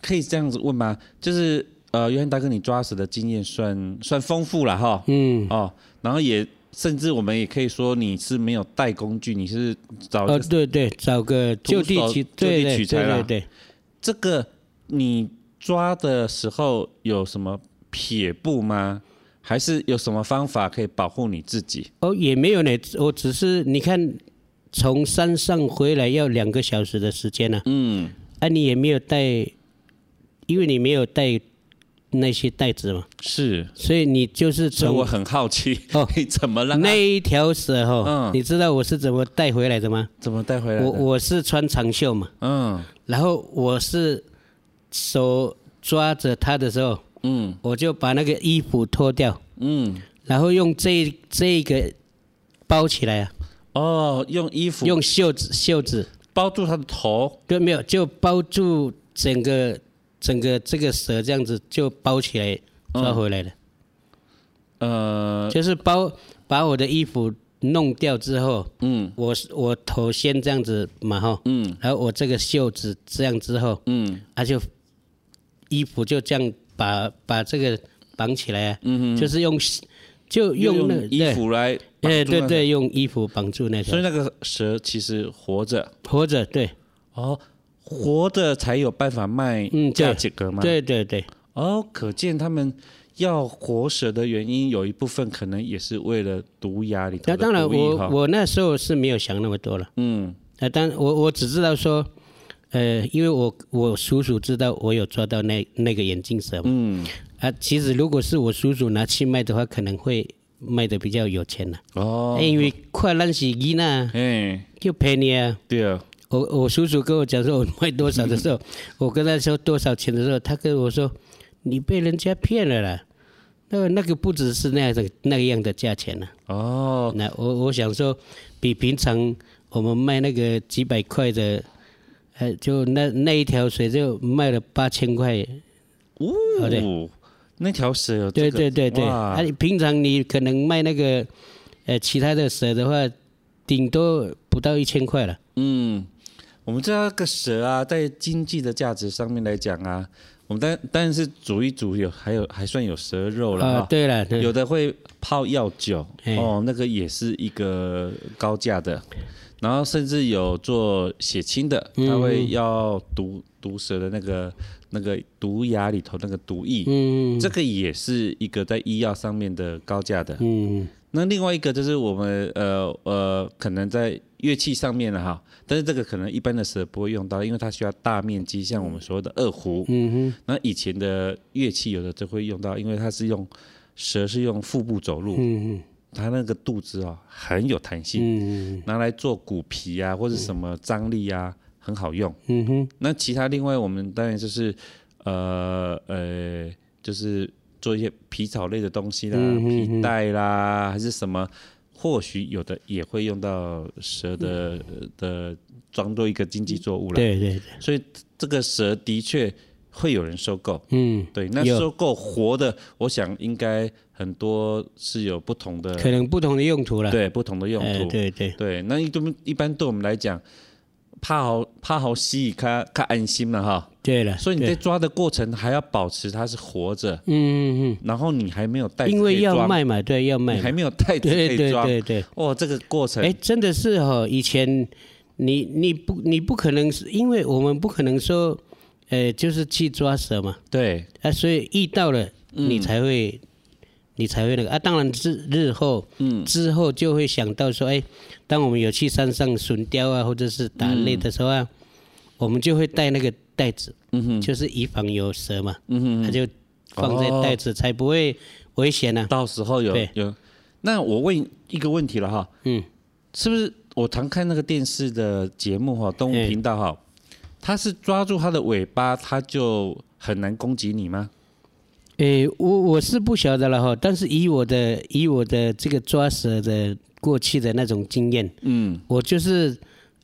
S3: 可以这样子问吗？就是呃，约翰大哥，你抓蛇的经验算算丰富了哈，
S2: 嗯，
S3: 哦，然后也甚至我们也可以说你是没有带工具，你是找一个
S2: 哦，对对，找个就地
S3: 徒手
S2: 取
S3: 就地
S2: 对对
S3: 取材啦
S2: 对对对，
S3: 这个你抓的时候有什么撇步吗？还是有什么方法可以保护你自己？
S2: 哦，也没有呢，我只是你看从山上回来要两个小时的时间呢、
S3: 嗯，
S2: 啊，你也没有带，因为你没有带那些袋子嘛，
S3: 是，
S2: 所以你就是
S3: 所以我
S2: 从
S3: 很好奇，
S2: 哦
S3: 你怎么让它
S2: 那一条蛇哈、
S3: 啊嗯
S2: 你知道我是怎么带回来的吗？
S3: 怎么带回来的？
S2: 我我是穿长袖嘛，
S3: 嗯
S2: 然后我是手抓着它的时候，
S3: 嗯
S2: 我就把那个衣服脱掉，
S3: 嗯，
S2: 然后用这这个包起来啊，
S3: 哦，用衣服
S2: 用袖子袖子，
S3: 包住它的头，
S2: 对，没有就包住整个整个这个蛇这样子就包起来
S3: 嗯
S2: 抓回来了。
S3: 呃，
S2: 就是包把我的衣服弄掉之后，
S3: 嗯
S2: 我是我头先这样子嘛哈，
S3: 嗯
S2: 然后我这个袖子这样之后，
S3: 嗯
S2: 啊就衣服就这样把把这个绑起来、啊，
S3: 嗯哼，
S2: 就是用就用那个
S3: 衣，服来，
S2: 对哎对，对，用衣服绑住那条
S3: 所以那个蛇其实活着，
S2: 活着，对
S3: 哦，活着才有办法卖
S2: 嗯对
S3: 价几格吗？
S2: 对对对，
S3: 哦，可见他们要活蛇的原因，有一部分可能也是为了毒牙里头的
S2: 那当然
S3: 毒液
S2: 我
S3: 哈
S2: 我那时候是没有想那么多了。
S3: 嗯
S2: 那当我我只知道说，呃，因为我我叔叔知道我有抓到那那个眼镜蛇嘛，
S3: 嗯
S2: 啊，其实如果是我叔叔拿去卖的话，可能会卖的比较有钱了、
S3: 哦，
S2: 因为快烂洗衣呢
S3: 哎
S2: 就便宜啊。
S3: 对啊，
S2: 我我叔叔跟我讲说我卖多少的时候，我跟他说多少钱的时候，他跟我说你被人家骗了啦。那那个不只是那样的那样的价钱呢、
S3: 哦
S2: 那我我想说，比平常我们卖那个几百块的，呃，就那那一条水就卖了八千块。好的
S3: 哦，那条蛇有
S2: 对
S3: 这个
S2: 对对对，
S3: 哇
S2: 啊，你平常你可能卖那个呃其他的蛇的话，顶多不到一千块了。
S3: 嗯，我们这个蛇啊，在经济的价值上面来讲啊，我们当当然是煮一煮有还有还算有蛇肉了
S2: 啊
S3: 哈，
S2: 对了，
S3: 有
S2: 对
S3: 的会泡药酒
S2: 嘿
S3: 哦，那个也是一个高价的。然后甚至有做血清的，
S2: 嗯
S3: 他会要毒毒蛇的那个那个毒牙里头那个毒液，
S2: 嗯
S3: 这个也是一个在医药上面的高价的。
S2: 嗯
S3: 那另外一个就是我们呃呃，可能在乐器上面了哈，但是这个可能一般的蛇不会用到，因为它需要大面积，像我们所谓的二胡。
S2: 嗯
S3: 那以前的乐器有的就会用到，因为它是用蛇是用腹部走路，
S2: 嗯
S3: 它那个肚子啊、很有弹性，
S2: 嗯
S3: 拿来做鼓皮啊或者什么张力啊很好用。
S2: 嗯哼
S3: 那其他另外我们当然就是呃呃，就是做一些皮草类的东西啦，
S2: 嗯
S3: 皮带啦还是什么，或许有的也会用到蛇的、呃的装作一个经济作物啦。
S2: 对对对，
S3: 所以这个蛇的确会有人收购。
S2: 嗯，
S3: 对，那
S2: 有
S3: 收购活的，我想应该很多是有不同的，
S2: 可能不同的用途了。
S3: 对不同的用
S2: 哎
S3: 途。
S2: 对对，
S3: 对，那一般一般对我们来讲，怕好怕好吸，它它安心了哈。
S2: 对了，
S3: 所以你在
S2: 对
S3: 抓的过程还要保持它是活着，
S2: 嗯嗯
S3: 然后你还没有袋
S2: 嗯，
S3: 子
S2: 因
S3: 可
S2: 为
S3: 以
S2: 要
S3: 装，
S2: 卖嘛，对，要卖
S3: 你
S2: 嘛，
S3: 还没有袋子可
S2: 对
S3: 以
S2: 对
S3: 装。
S2: 对对。
S3: 哦，这个过程，
S2: 哎，真的是哈、哦，以前你你不你不可能是，因为我们不可能说，呃，就是去抓蛇嘛，
S3: 对
S2: 啊，所以遇到了你才会、你才会那个啊。当然是日后，嗯，之后就会想到说，哎，当我们有去山上笋雕啊，或者是打猎的时候啊，我们就会带那个袋子，嗯哼，就是以防有蛇嘛，嗯哼，它就放在袋子，才不会危险啊。
S3: 到时候有
S2: 对
S3: 有。那我问一个问题了哈，
S2: 嗯，
S3: 是不是我常看那个电视的节目哈，动物
S2: 哎
S3: 频道哈，它是抓住它的尾巴，它就很难攻击你吗？
S2: 诶，我我是不晓得了哈，但是以我的以我的这个抓蛇的过去的那种经验，
S3: 嗯
S2: 我就是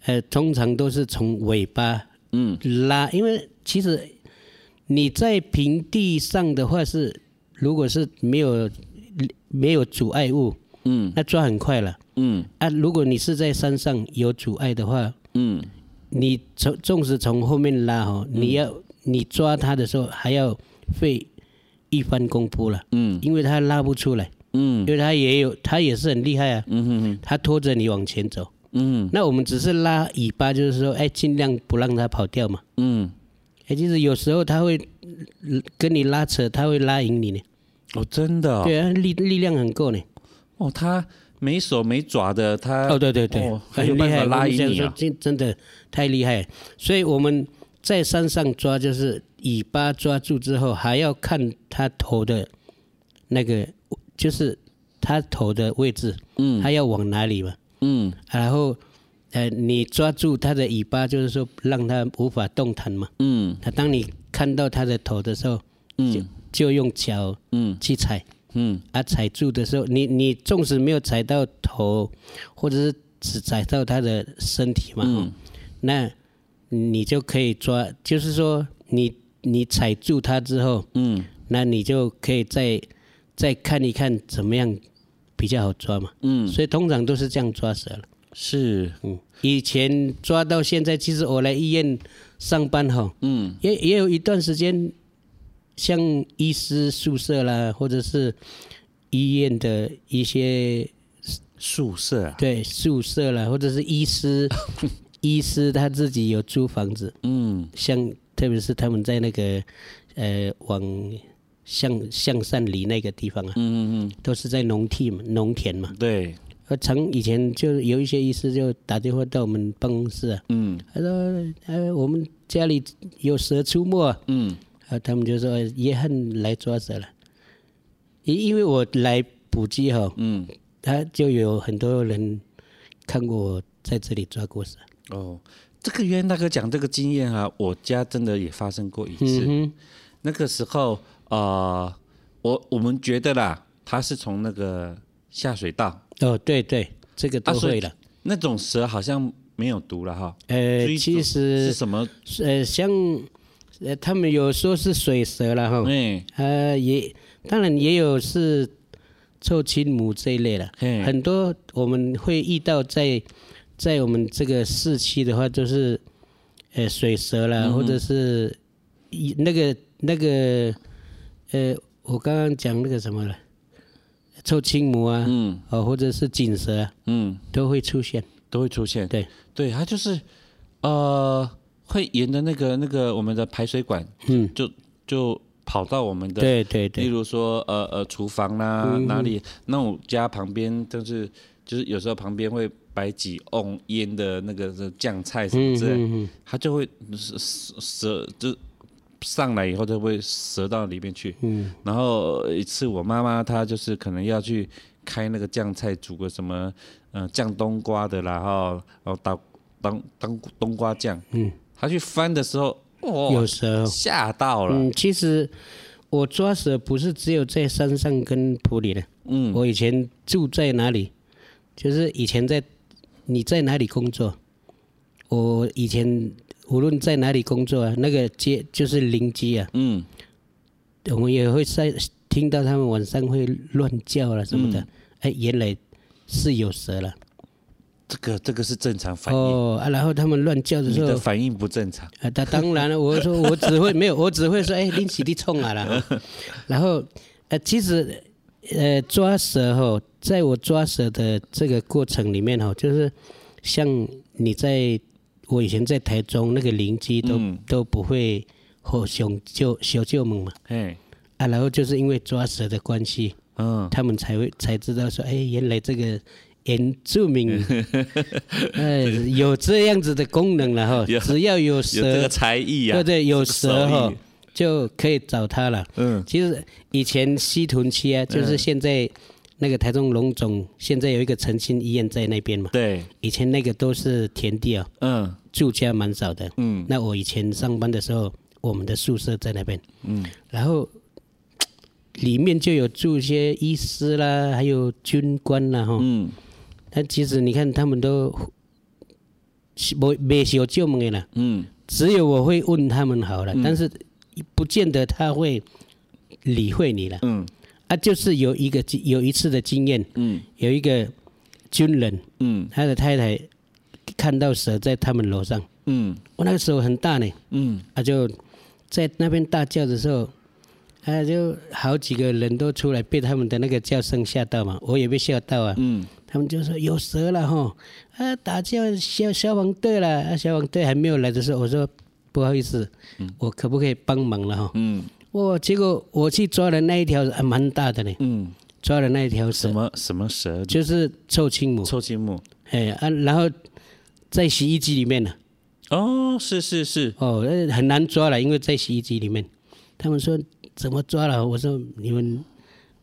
S2: 呃，通常都是从尾巴
S3: 嗯，
S2: 拉，因为其实你在平地上的话是，如果是没有没有阻碍物，
S3: 嗯，
S2: 那抓很快了
S3: 嗯
S2: 啊。如果你是在山上有阻碍的话，
S3: 嗯，
S2: 你从纵使从后面拉哦，你要你抓它的时候还要费一番功夫了，
S3: 嗯
S2: 因为它拉不出来，
S3: 嗯
S2: 因为它也有它也是很厉害啊，
S3: 嗯嗯
S2: 它拖着你往前走。
S3: 嗯
S2: 那我们只是拉尾巴，就是说，哎，尽量不让它跑掉嘛。
S3: 嗯，
S2: 哎，其实有时候它会呃跟你拉扯，它会拉赢你呢。
S3: 哦，真的、哦，
S2: 对啊，力力量很够呢。
S3: 哦，它没手没爪的，它
S2: 哦，对对对
S3: 哦，还
S2: 很
S3: 有
S2: 厉
S3: 办
S2: 害，
S3: 法拉
S2: 我们
S3: 赢
S2: 想
S3: 你
S2: 说
S3: 啊！
S2: 真真的太厉害了。所以我们在山上抓，就是尾巴抓住之后，还要看它头的那个，就是它头的位置，嗯，它要往哪里嘛，
S3: 嗯
S2: 然后。呃，你抓住它的尾巴，就是说让它无法动弹嘛。
S3: 嗯
S2: 那当你看到它的头的时候，就就用脚
S3: 嗯
S2: 去踩，
S3: 嗯
S2: 啊，踩住的时候，你你纵使没有踩到头，或者是只踩到它的身体嘛，哦那你就可以抓，就是说你你踩住它之后，
S3: 嗯
S2: 那你就可以再再看一看怎么样比较好抓嘛。
S3: 嗯，
S2: 所以通常都是这样抓蛇了。
S3: 是，
S2: 嗯，以前抓到现在，其实我来医院上班哈，
S3: 嗯
S2: 也也有一段时间，像医师宿舍啦，或者是医院的一些
S3: 宿舍啊，
S2: 对宿舍啦，或者是
S3: <laughs>
S2: 医师医师他自己有租房子，
S3: 嗯
S2: 像特别是他们在那个呃往向向善里那个地方啊，
S3: 嗯嗯
S2: 都是在农地嘛，农田嘛。
S3: 嗯，对，
S2: 呃，常以前就有一些医师就打电话到我们办公室啊，
S3: 嗯
S2: 他说呃我们家里有蛇出没、啊。
S3: 嗯
S2: 啊，他们就说哎约翰来抓蛇了，因因为我来捕鸡哈，
S3: 嗯，
S2: 他就有很多人看过我在这里抓过蛇。
S3: 哦，这个袁大哥讲这个经验啊，我家真的也发生过一次。
S2: 嗯
S3: 那个时候，呃，我我们觉得啦，它是从那个下水道
S2: 哼，哦，对对，这个
S3: 啊
S2: 都
S3: 所以
S2: 会了。
S3: 那种蛇，好像没有毒了哈。
S2: 呃
S3: 所以，
S2: 其
S3: 是
S2: 实
S3: 什么？
S2: 呃，像呃，他们有说是水蛇了哈，
S3: 哎，
S2: 呃，也当然也有是臭青母这一类了，
S3: 嘿
S2: 很多我们会遇到在在我们这个市区的话，就是呃水蛇
S3: 嗯
S2: 啦，或者是一那个那个呃，我刚刚讲那个什么了，臭青母啊，
S3: 嗯
S2: 哦，或者是锦蛇啊、
S3: 嗯
S2: 都会出现。
S3: 都会出现。
S2: 对，
S3: 对，它就是呃，会沿着那个那个我们的排水管，
S2: 嗯，
S3: 就就跑到我们的，
S2: 对对
S3: 例
S2: 对，
S3: 如说呃呃厨房啦、
S2: 嗯
S3: 哪里，那我家旁边就是就是有时候旁边会摆几瓮腌的那个这酱菜什么
S2: 嗯
S3: 之类的，
S2: 嗯嗯，
S3: 它就会蛇蛇就上来以后就会蛇到里面去。嗯，然后呃一次我妈妈她就是可能要去开那个酱菜，煮个什么呃酱冬瓜的啦，然后然后当当当冬瓜酱。嗯，她去翻的时候，哇
S2: 有，哦时候，
S3: 吓到了。
S2: 嗯，其实我抓蛇不是只有在山上跟埔里的，
S3: 嗯，
S2: 我以前住在哪里，就是以前在你在哪里工作，我以前无论在哪里工作啊，那个街就是邻居啊，
S3: 嗯
S2: 我们也会在听到他们晚上会乱叫了什么
S3: 嗯
S2: 的，哎、原来是有蛇了
S3: 这个这个是正常反应，
S2: 哦、啊，然后他们乱叫的
S3: 你
S2: 时
S3: 的
S2: 候。
S3: 反应不正常。
S2: 啊，他当然
S3: <laughs>
S2: 了，我说我只会没有，我只会说，哎，拎起你冲啊啦。
S3: <laughs>
S2: 然后，呃，其实，呃，抓蛇哈，在我抓蛇的这个过程里面哈，就是像你在我以前在台中那个邻居都、
S3: 嗯
S2: 都不会吼熊救小舅们嘛，
S3: 嘿，
S2: 啊，然后就是因为抓蛇的关系，
S3: 嗯，
S2: 他们才会才知道说，哎，原来这个原
S3: <laughs>
S2: 住民，呃，有这样子的功能了哈
S3: 有，
S2: 只要有
S3: 有这
S2: 蛇
S3: 个，才艺啊。
S2: 对对，有
S3: 这个手
S2: 蛇哈
S3: 艺，
S2: 就可以找他了。
S3: 嗯
S2: 其实以前西屯区啊，就是现在那个台中龙总，现在有一个诚心医院在那边嘛。
S3: 对，
S2: 以前那个都是田地啊、
S3: 嗯
S2: 住家蛮少的。
S3: 嗯
S2: 那我以前上班的时候，我们的宿舍在那边，
S3: 嗯，
S2: 然后里面就有住一些医师啦，还有军官啦，哈。
S3: 嗯
S2: 但其实你看他们都。没没小舅们的啦，
S3: 嗯，
S2: 只有我会问他们好了，但是不见得他会理会你了。
S3: 嗯
S2: 啊，就是有一个经有一次的经验，
S3: 嗯
S2: 有一个军人，
S3: 嗯
S2: 他的太太看到蛇在他们楼上，
S3: 嗯
S2: 我那个时候很大呢，
S3: 嗯
S2: 他就在那边大叫的时候，他就好几个人都出来被他们的那个叫声吓到嘛，我也被吓到啊。
S3: 嗯
S2: 他们就说有蛇了哈，啊，打叫消消防队了，啊，消防队还没有来的时候，我说不好意思，我可不可以帮忙了哈？
S3: 嗯
S2: 哇，结果我去抓的那一条还蛮大的呢，
S3: 嗯，
S2: 抓的那一条蛇
S3: 什么什么蛇？
S2: 就是臭青母，
S3: 臭青木。
S2: 哎啊，然后在洗衣机里面呢、啊
S3: 哦，是是是，
S2: 哦，那很难抓了，因为在洗衣机里面。他们说怎么抓了？我说你们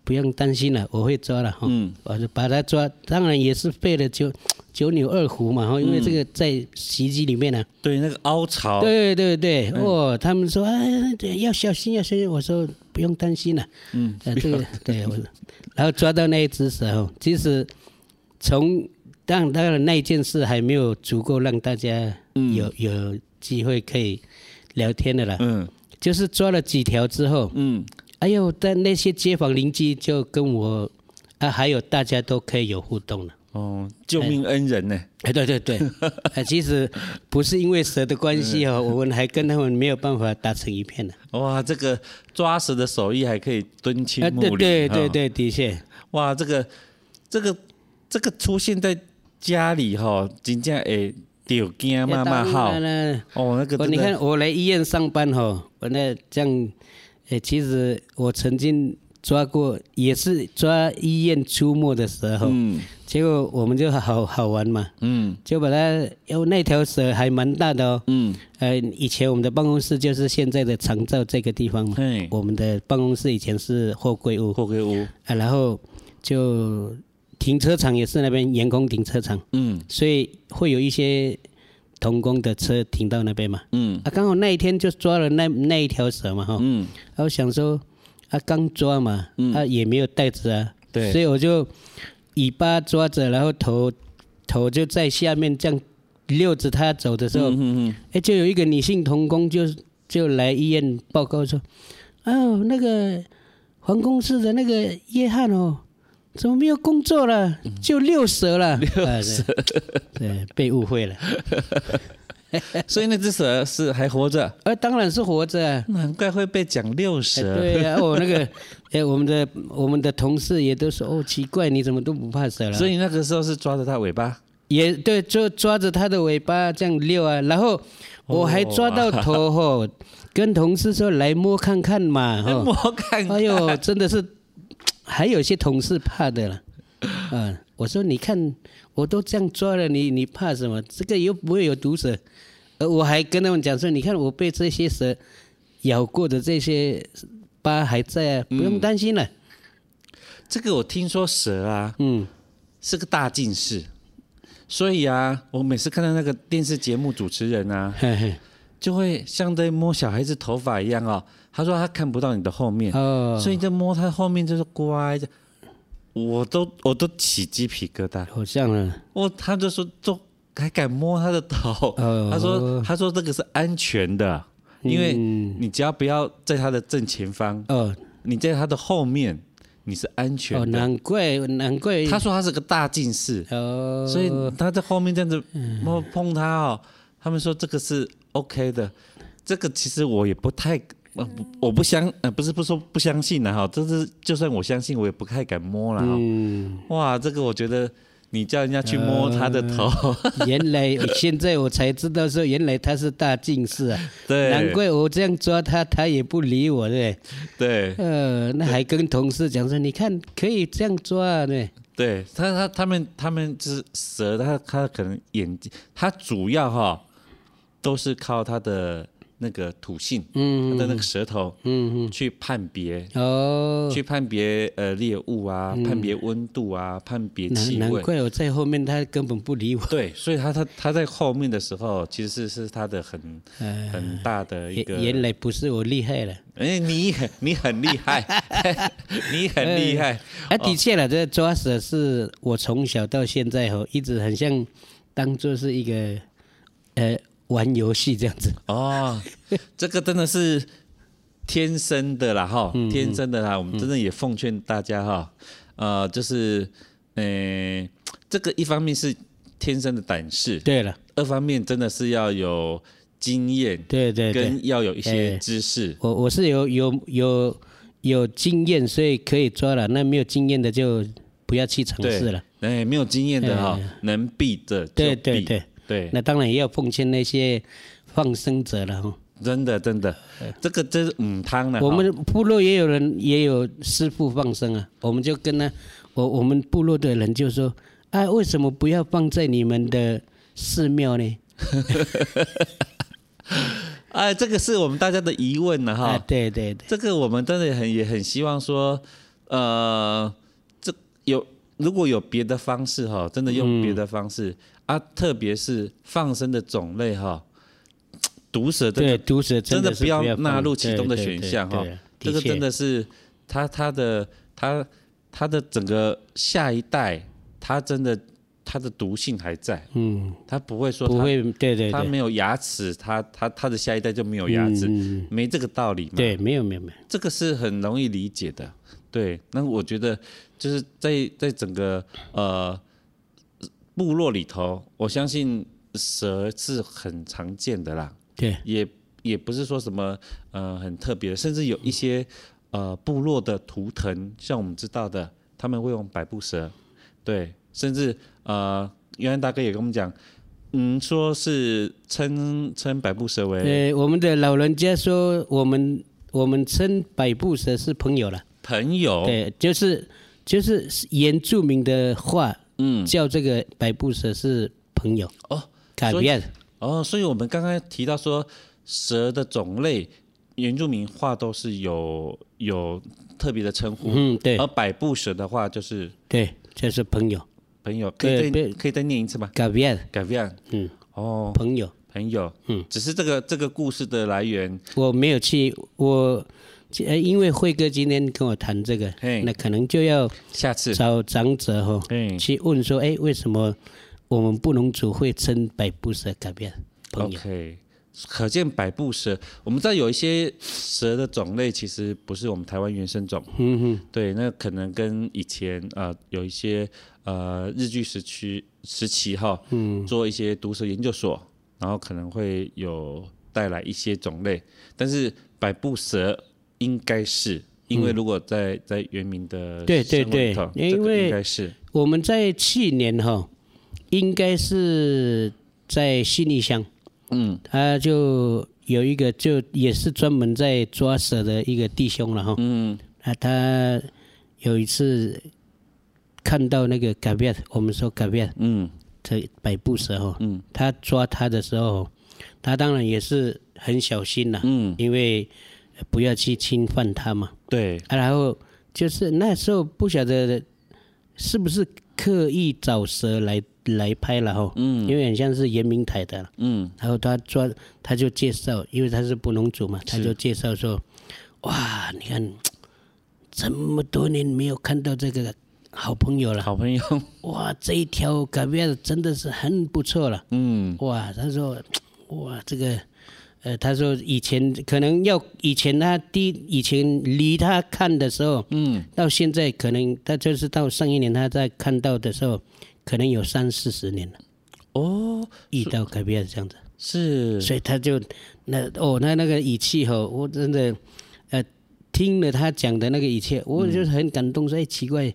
S2: 不用担心了，我会抓了哈。
S3: 嗯
S2: 我就把它抓，当然也是费了九九牛二虎嘛哈，因为
S3: 嗯
S2: 这个在洗衣机里面啊呢、
S3: 对，那个凹槽。
S2: 对对对，
S3: 嗯
S2: 哦，他们说啊，对要小心要小心。我说不用担心了，嗯，呃、这个对，我说然后抓到那一只蛇哦，其实从当当然那一件事还没有足够让大家有、有机会可以聊天的啦，
S3: 嗯
S2: 就是抓了几条之后，
S3: 嗯
S2: 哎呦，但那些街坊邻居就跟我啊，还有大家都可以有互动了。
S3: 哦，救命恩人呢？
S2: 哎，对对
S3: <laughs>
S2: 对，哎，其实不是因为蛇的关系哦，我们还跟他们没有办法打成一片呢。
S3: 哇，这个抓蛇的手艺还可以蹲青
S2: 啊，
S3: 木
S2: 对
S3: 林。
S2: 对
S3: 哈
S2: 对。对，的确，
S3: 哇，这个这个这个出现在家里哈，真正诶，丢惊慢慢好
S2: 哎当。然了
S3: 哦，那个真
S2: 我啊你
S3: 的
S2: 看，我来医院上班哈，我那这样，哎，其实我曾经抓过，也是抓医院出没的时候，
S3: 嗯
S2: 结果我们就好好玩嘛，
S3: 嗯
S2: 就把它，有那条蛇还蛮大的哦，
S3: 嗯
S2: 呃，以前我们的办公室就是现在的长照这个地方嘛
S3: 嘿，
S2: 我们的办公室以前是货柜屋，
S3: 货柜屋。
S2: 啊，然后就停车场也是那边员工停车场，
S3: 嗯
S2: 所以会有一些童工的车停到那边嘛。
S3: 嗯
S2: 啊，刚好那一天就抓了那那一条蛇嘛，哈、
S3: 嗯
S2: 然后想说，啊，刚抓嘛，啊也没有袋子啊，
S3: 对
S2: 所以我就尾巴抓着，然后头头就在下面这样溜着它走的时候，
S3: 嗯嗯
S2: 哎，就有一个女性童工就就来医院报告说，哦，那个黄公司的那个约翰哦，怎么没有工作了？
S3: 嗯
S2: 就六蛇了，六蛇、对，对被误会了。
S3: 嗯，所以那只蛇是还活着，
S2: 呃，当然是活着、啊。
S3: 难怪会被讲六
S2: 哎
S3: 蛇。
S2: 对呀、啊，我、那个，哎，我们的我们的同事也都说，哦，奇怪，你怎么都不怕蛇了？
S3: 所以那个时候是抓着它尾巴，
S2: 也对，就抓着它的尾巴这样溜啊，然后我还抓到头吼，跟同事说来摸看看嘛，
S3: 摸
S2: 吼，
S3: 看看，
S2: 哦哎呦， <laughs> 真的是，还有些同事怕的了，嗯，我说你看我都这样抓了，你你怕什么？这个又不会有毒蛇，呃，我还跟他们讲说，你看我被这些蛇咬过的这些疤还在啊，不用担心了，
S3: 这个我听说蛇啊
S2: 嗯，
S3: 是个大近视，所以啊，我每次看到那个电视节目主持人啊，
S2: 嘿嘿，
S3: 就会像在摸小孩子头发一样哦。他说他看不到你的后面，
S2: <laughs> 哦，
S3: 所以就摸他后面就是乖的，我都我都起鸡皮疙瘩。
S2: 好像啊了。
S3: 我他就说都还敢摸他的头，
S2: 哦
S3: 他说他说这个是安全的，
S2: 嗯
S3: 因为你只要不要在他的正前方，
S2: 哦
S3: 你在他的后面，你是安
S2: 哦，
S3: 全的。
S2: 难怪难怪
S3: 他说他是个大近视，
S2: 哦，
S3: 所以他在后面这样子
S2: 嗯
S3: 摸碰他哦，他们说这个是 OK 的，这个其实我也不太。呃不，我不相呃，不是不说不相信了哈，这是就算我相信，我也不太敢摸了哈。
S2: 嗯，
S3: 哇，这个我觉得你叫人家去摸他的头，
S2: 原来现在我才知道说原来他是大近视啊，
S3: <laughs> 对，
S2: 难怪我这样抓他，他也不理我对不
S3: 对
S2: 对，呃，那还跟同事讲说，你看可以这样抓啊对
S3: 对，他他他们他们就是蛇，它它可能眼睛，它主要哈都是靠它的那个土性，它的那个舌头，嗯嗯，去判别，
S2: 不对，哦，
S3: 去判别呃猎物啊，判别温度啊，判别
S2: 难
S3: 气
S2: 嗯难
S3: 味。
S2: 怪我在后面他根本不理我，
S3: 对，所以它它它在后面的时候，其实是是它的很
S2: 哎
S3: 很大的一
S2: 原
S3: 个。
S2: 原来不是我厉害了。
S3: 哎，你很你很厉害，
S2: <laughs>
S3: 你很厉害。
S2: 啊，的确了，这抓蛇是我从小到现在哦，一直很像当做是一个呃玩游戏这样
S3: <laughs>
S2: 子。
S3: 哦，这个真的是天生的啦，哈，
S2: 嗯
S3: 天生的啦。我们真的也奉劝大家哈，呃，就是，呃，这个一方面是天生的胆识，
S2: 对了，
S3: 二方面真的是要有经验，
S2: 对对对，
S3: 跟要有一些
S2: 哎
S3: 知识。
S2: 我我是有有有有经验，所以可以抓了。那没有经验的就不要去尝
S3: 对
S2: 试了。哎
S3: 哎，没有经验的哈，能避的就
S2: 对
S3: 避。
S2: 对对，
S3: 对
S2: 那当然也要奉劝那些放生者了哈。
S3: 真的真的，这个真是母汤了哈。
S2: 哎我们部落也有人也有师傅放生啊，我们就跟他，我我们部落的人就说，啊，为什么不要放在你们的寺庙呢？
S3: 哎，这个是我们大家的疑问了哈
S2: 啊，。对对对，
S3: 这个我们真的很也很希望说，呃，这有如果有别的方式哈，真的用
S2: 嗯
S3: 别的方式、啊，特别是放生的种类哈，毒蛇这
S2: 对
S3: 个
S2: 毒蛇
S3: 真的
S2: 是
S3: 不要
S2: 要
S3: 纳
S2: 放
S3: 入其中的
S2: 对对
S3: 选项
S2: 对
S3: 哈
S2: 对，
S3: 这个
S2: 确
S3: 真的是它它的它它的整个下一代，它真的它的毒性还在，
S2: 嗯
S3: 它不会说它
S2: 不会，对对
S3: 它
S2: 对
S3: 没有牙齿，它它它的下一代就没有牙齿，
S2: 嗯
S3: 没这个道理嘛。
S2: 对，没有没有没有，
S3: 这个是很容易理解的。对，那我觉得就是在在整个呃部落里头，我相信蛇是很常见的啦，
S2: 对
S3: 也也不是说什么呃很特别的，甚至有一些呃部落的图腾，像我们知道的，他们会用百步蛇，对，甚至呃，原来大哥也跟我们讲，嗯，说是称称百步蛇为
S2: 呃，我们的老人家说，我们我们称百步蛇是朋友了，
S3: 朋友，
S2: 对，就是就是原住民的话，
S3: 嗯，
S2: 叫这个百步蛇是朋友，
S3: 哦，
S2: 改
S3: 所以
S2: 变。
S3: 哦，所以我们刚刚提到说蛇的种类，原住民话都是有有特别的称呼，
S2: 嗯，对
S3: 而百步蛇的话就是
S2: 对，这是朋友，
S3: 朋友，可以
S2: 对
S3: 再
S2: 对
S3: 可以再念一次吗？
S2: 改变，
S3: 改变
S2: 嗯，
S3: 哦，
S2: 朋友，
S3: 朋友，嗯，只是这个这个故事的来源，
S2: 我没有去，我呃，因为辉哥今天跟我谈这个
S3: 嘿，
S2: 那可能就要
S3: 下次
S2: 找长者哈、
S3: 嘿
S2: 去问说，哎，为什么我们布农族会称百步蛇改变朋友？
S3: OK，可见百步蛇，我们知道有一些蛇的种类其实不是我们台湾原生种。嗯哼，对，那可能跟以前呃有一些呃日据时期时期哈，嗯，做一些毒蛇研究所，然后可能会有带来一些种类，但是百步蛇应该是。因为如果在在原民的
S2: 对对
S3: 生活里头
S2: 对
S3: 这个
S2: 因为
S3: 应该是
S2: 我们在去年哈、应该是在西里乡，
S3: 嗯
S2: 他就有一个就也是专门在抓蛇的一个弟兄了哈。
S3: 嗯
S2: 啊，他有一次看到那个嘎变，我们说嘎变
S3: 嗯
S2: 这百步蛇哦，
S3: 嗯
S2: 他抓他的时候，他当然也是很小心了，
S3: 嗯，
S2: 因为不要去侵犯它嘛。
S3: 对，
S2: 啊，然后就是那时候不晓得是不是刻意找蛇来来拍了哈，
S3: 嗯
S2: 因为很像是严明台的，
S3: 嗯
S2: 然后他抓他就介绍，因为他是布农族嘛，他就介绍说，哇，你看这么多年没有看到这个好朋友了，
S3: 好朋友，
S2: 哇，这一条改变真的是很不错了，
S3: 嗯
S2: 哇，他说，哇，这个，呃，他说以前可能要以前他第以前离他看的时候，
S3: 嗯
S2: 到现在可能他就是到上一年他在看到的时候，可能有三四十年了，
S3: <laughs> 哦
S2: 遇到改变这样子，
S3: 是，
S2: 所以他就那哦，那那个语气吼，我真的，呃。听了他讲的那个一切，
S3: 嗯
S2: 我就是很感动，说哎奇怪，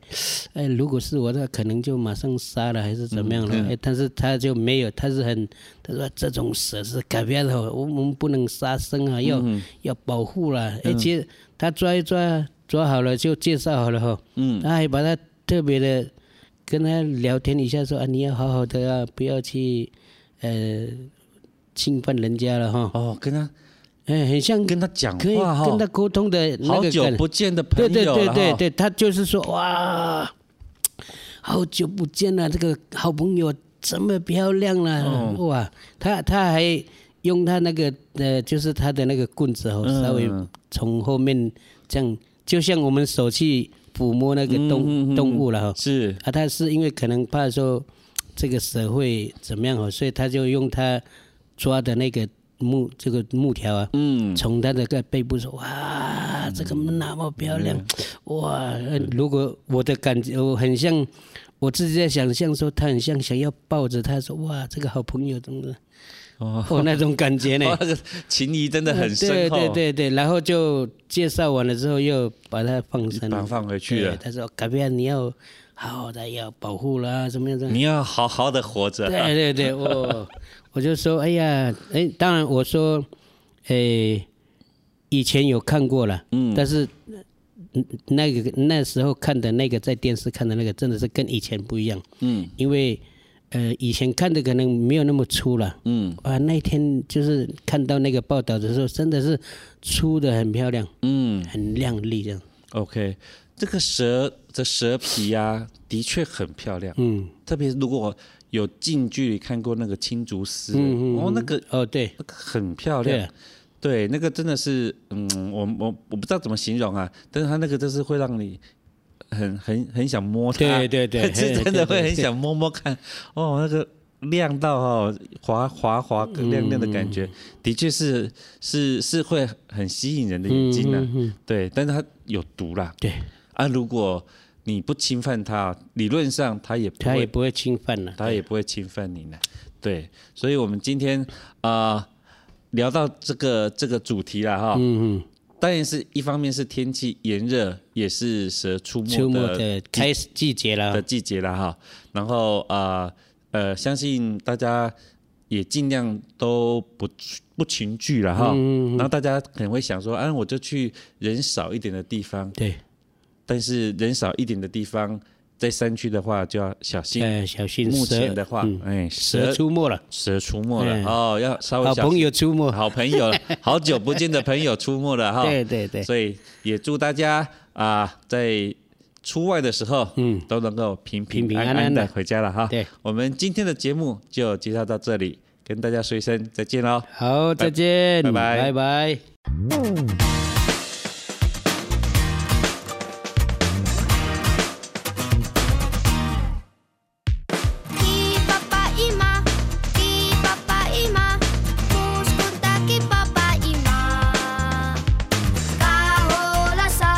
S2: 哎如果是我的，可能就马上杀了还是怎么样了，
S3: 嗯
S2: 哎但是他就没有，他是很他说这种蛇是改变的哦，我们不能杀生啊，要、
S3: 嗯
S2: 要保护啦。哎、其实他抓一抓抓好了就介绍好了哈，
S3: 嗯
S2: 他还把他特别的跟他聊天一下说啊你要好好的啊，不要去呃侵犯人家了哈，
S3: 哦，跟他
S2: 哎很像
S3: 跟他讲
S2: 可以
S3: 话哈，
S2: 跟他沟通的那
S3: 好
S2: 个
S3: 久
S2: 感
S3: 不见的朋
S2: 对对
S3: 友
S2: 对
S3: 了
S2: 对
S3: 哈，
S2: 对，他就是说哇，好久不见了，这个好朋友这么漂亮了、
S3: 嗯
S2: 哇！他他还用他那个呃，就是他的那个棍子哦，
S3: 嗯
S2: 稍微从后面这样，就像我们手去抚摸那个
S3: 嗯
S2: 动、动物了哈、
S3: 是
S2: 啊，他是因为可能怕说这个蛇会怎么样哦，所以他就用他抓的那个木这个木条啊，
S3: 嗯
S2: 从他的个背部说：“哇，这个那么漂亮，
S3: 嗯
S2: 哇！呃如果我的感觉，我很像我自己在想象说，他很像想要抱着他说：‘哇，这个好朋友，怎么的？’
S3: 哦
S2: 哦，那种感觉呢
S3: 哇，，这个情谊真的 <laughs> 很深
S2: 对
S3: 厚，
S2: 对对对，然后就介绍完了之后，又把它放生，
S3: 把它放回去了
S2: 对他说：‘卡比亚，你要好好的要保护啦，怎么样？’怎么样
S3: 你要好好的活 <laughs> 着，
S2: 对对对，我我就说，哎呀，哎，当然我说，哎，以前有看过了，嗯，但是嗯那个那时候看的那个在电视看的那个真的是跟以前不一样，
S3: 嗯
S2: 因为呃以前看的可能没有那么粗了。
S3: 嗯
S2: 啊，那天就是看到那个报道的时候，真的是粗的很漂亮，
S3: 嗯
S2: 很亮丽这样。
S3: ，OK，这个蛇这蛇皮啊，的确很漂亮，
S2: 嗯
S3: 特别如果有近距离看过那个青竹丝，
S2: 嗯嗯，
S3: 哦，那个
S2: 哦对
S3: 那个很漂
S2: 对
S3: 亮
S2: 啊，，
S3: 对，那个真的是，嗯，我我我不知道怎么形容啊，但是它那个就是会让你很很很想摸它，
S2: 对
S3: <laughs>
S2: 对对
S3: 是真
S2: 对对
S3: 的
S2: 对
S3: 会很想摸摸看，哦，那个亮到哦，滑滑滑亮亮的感
S2: 嗯
S3: 觉，的确是是是会很啊吸引人的眼睛呢、对，但是它有毒啦，
S2: 嗯对
S3: 啊，如果你不侵犯它，理论上它也不
S2: 他也
S3: 会
S2: 不会侵犯了。
S3: 他也不会侵犯你呢。对，所以我们今天啊、呃聊到这个这个主题了哈。
S2: 嗯
S3: 当然是一方面是天气炎热，也是蛇出
S2: 嗯，秋
S3: 没
S2: 末
S3: 的
S2: 的啊开始季节了
S3: 的，季节了哈。然后啊呃相信大家也尽量都不不群聚了
S2: 嗯
S3: 哈。然后大家可能会想说，啊，我就去人少一点的地方，
S2: 对。
S3: 但是人少一点的地方，在山区的话就要小心。
S2: 呃，小心
S3: 目前
S2: 蛇
S3: 的话，
S2: 嗯
S3: 哎，
S2: 蛇出没了，
S3: 蛇出没了、
S2: 嗯
S3: 哦，要稍微
S2: 好
S3: 小心
S2: 朋友出没，
S3: 好朋
S2: <laughs>
S3: 友，好久不见的朋友出没了哈。
S2: 对对对
S3: 所以也祝大家啊、在出外的时候，嗯，都能够平
S2: 平平
S3: 安
S2: 安安
S3: 的
S2: 地
S3: 回家了哈。
S2: 对，
S3: 我们今天的节目就介绍到这里，跟大家说一声再见喽。
S2: 好，再见，
S3: 拜拜
S2: 拜拜。
S6: Ki papa ima, ki papa ima, kuskuta ki papa ima. Kaholasa,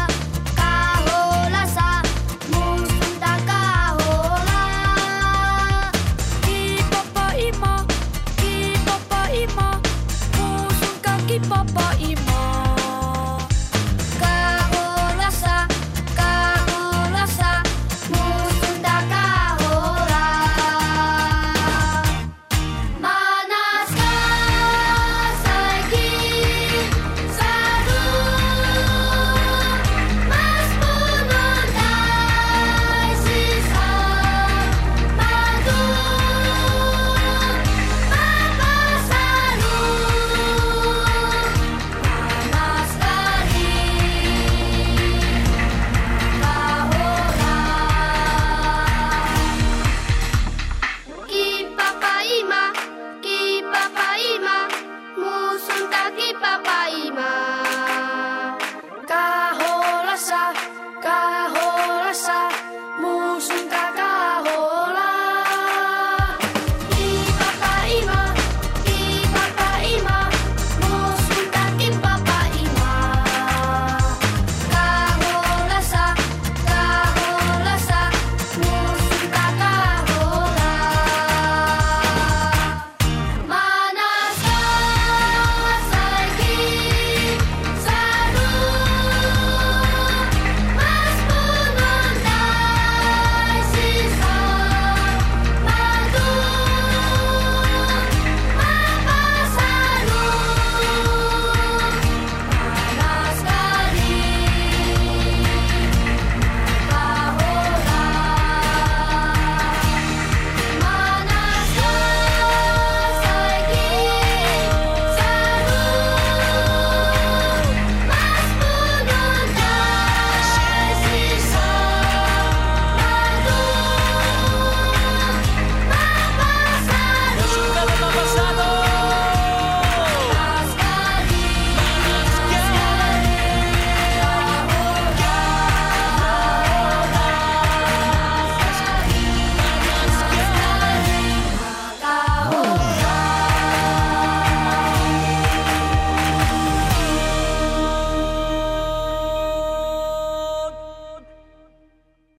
S6: kaholasa, musunda kahola. Ki papa ima, ki papa ima, kusunka ki papa ima.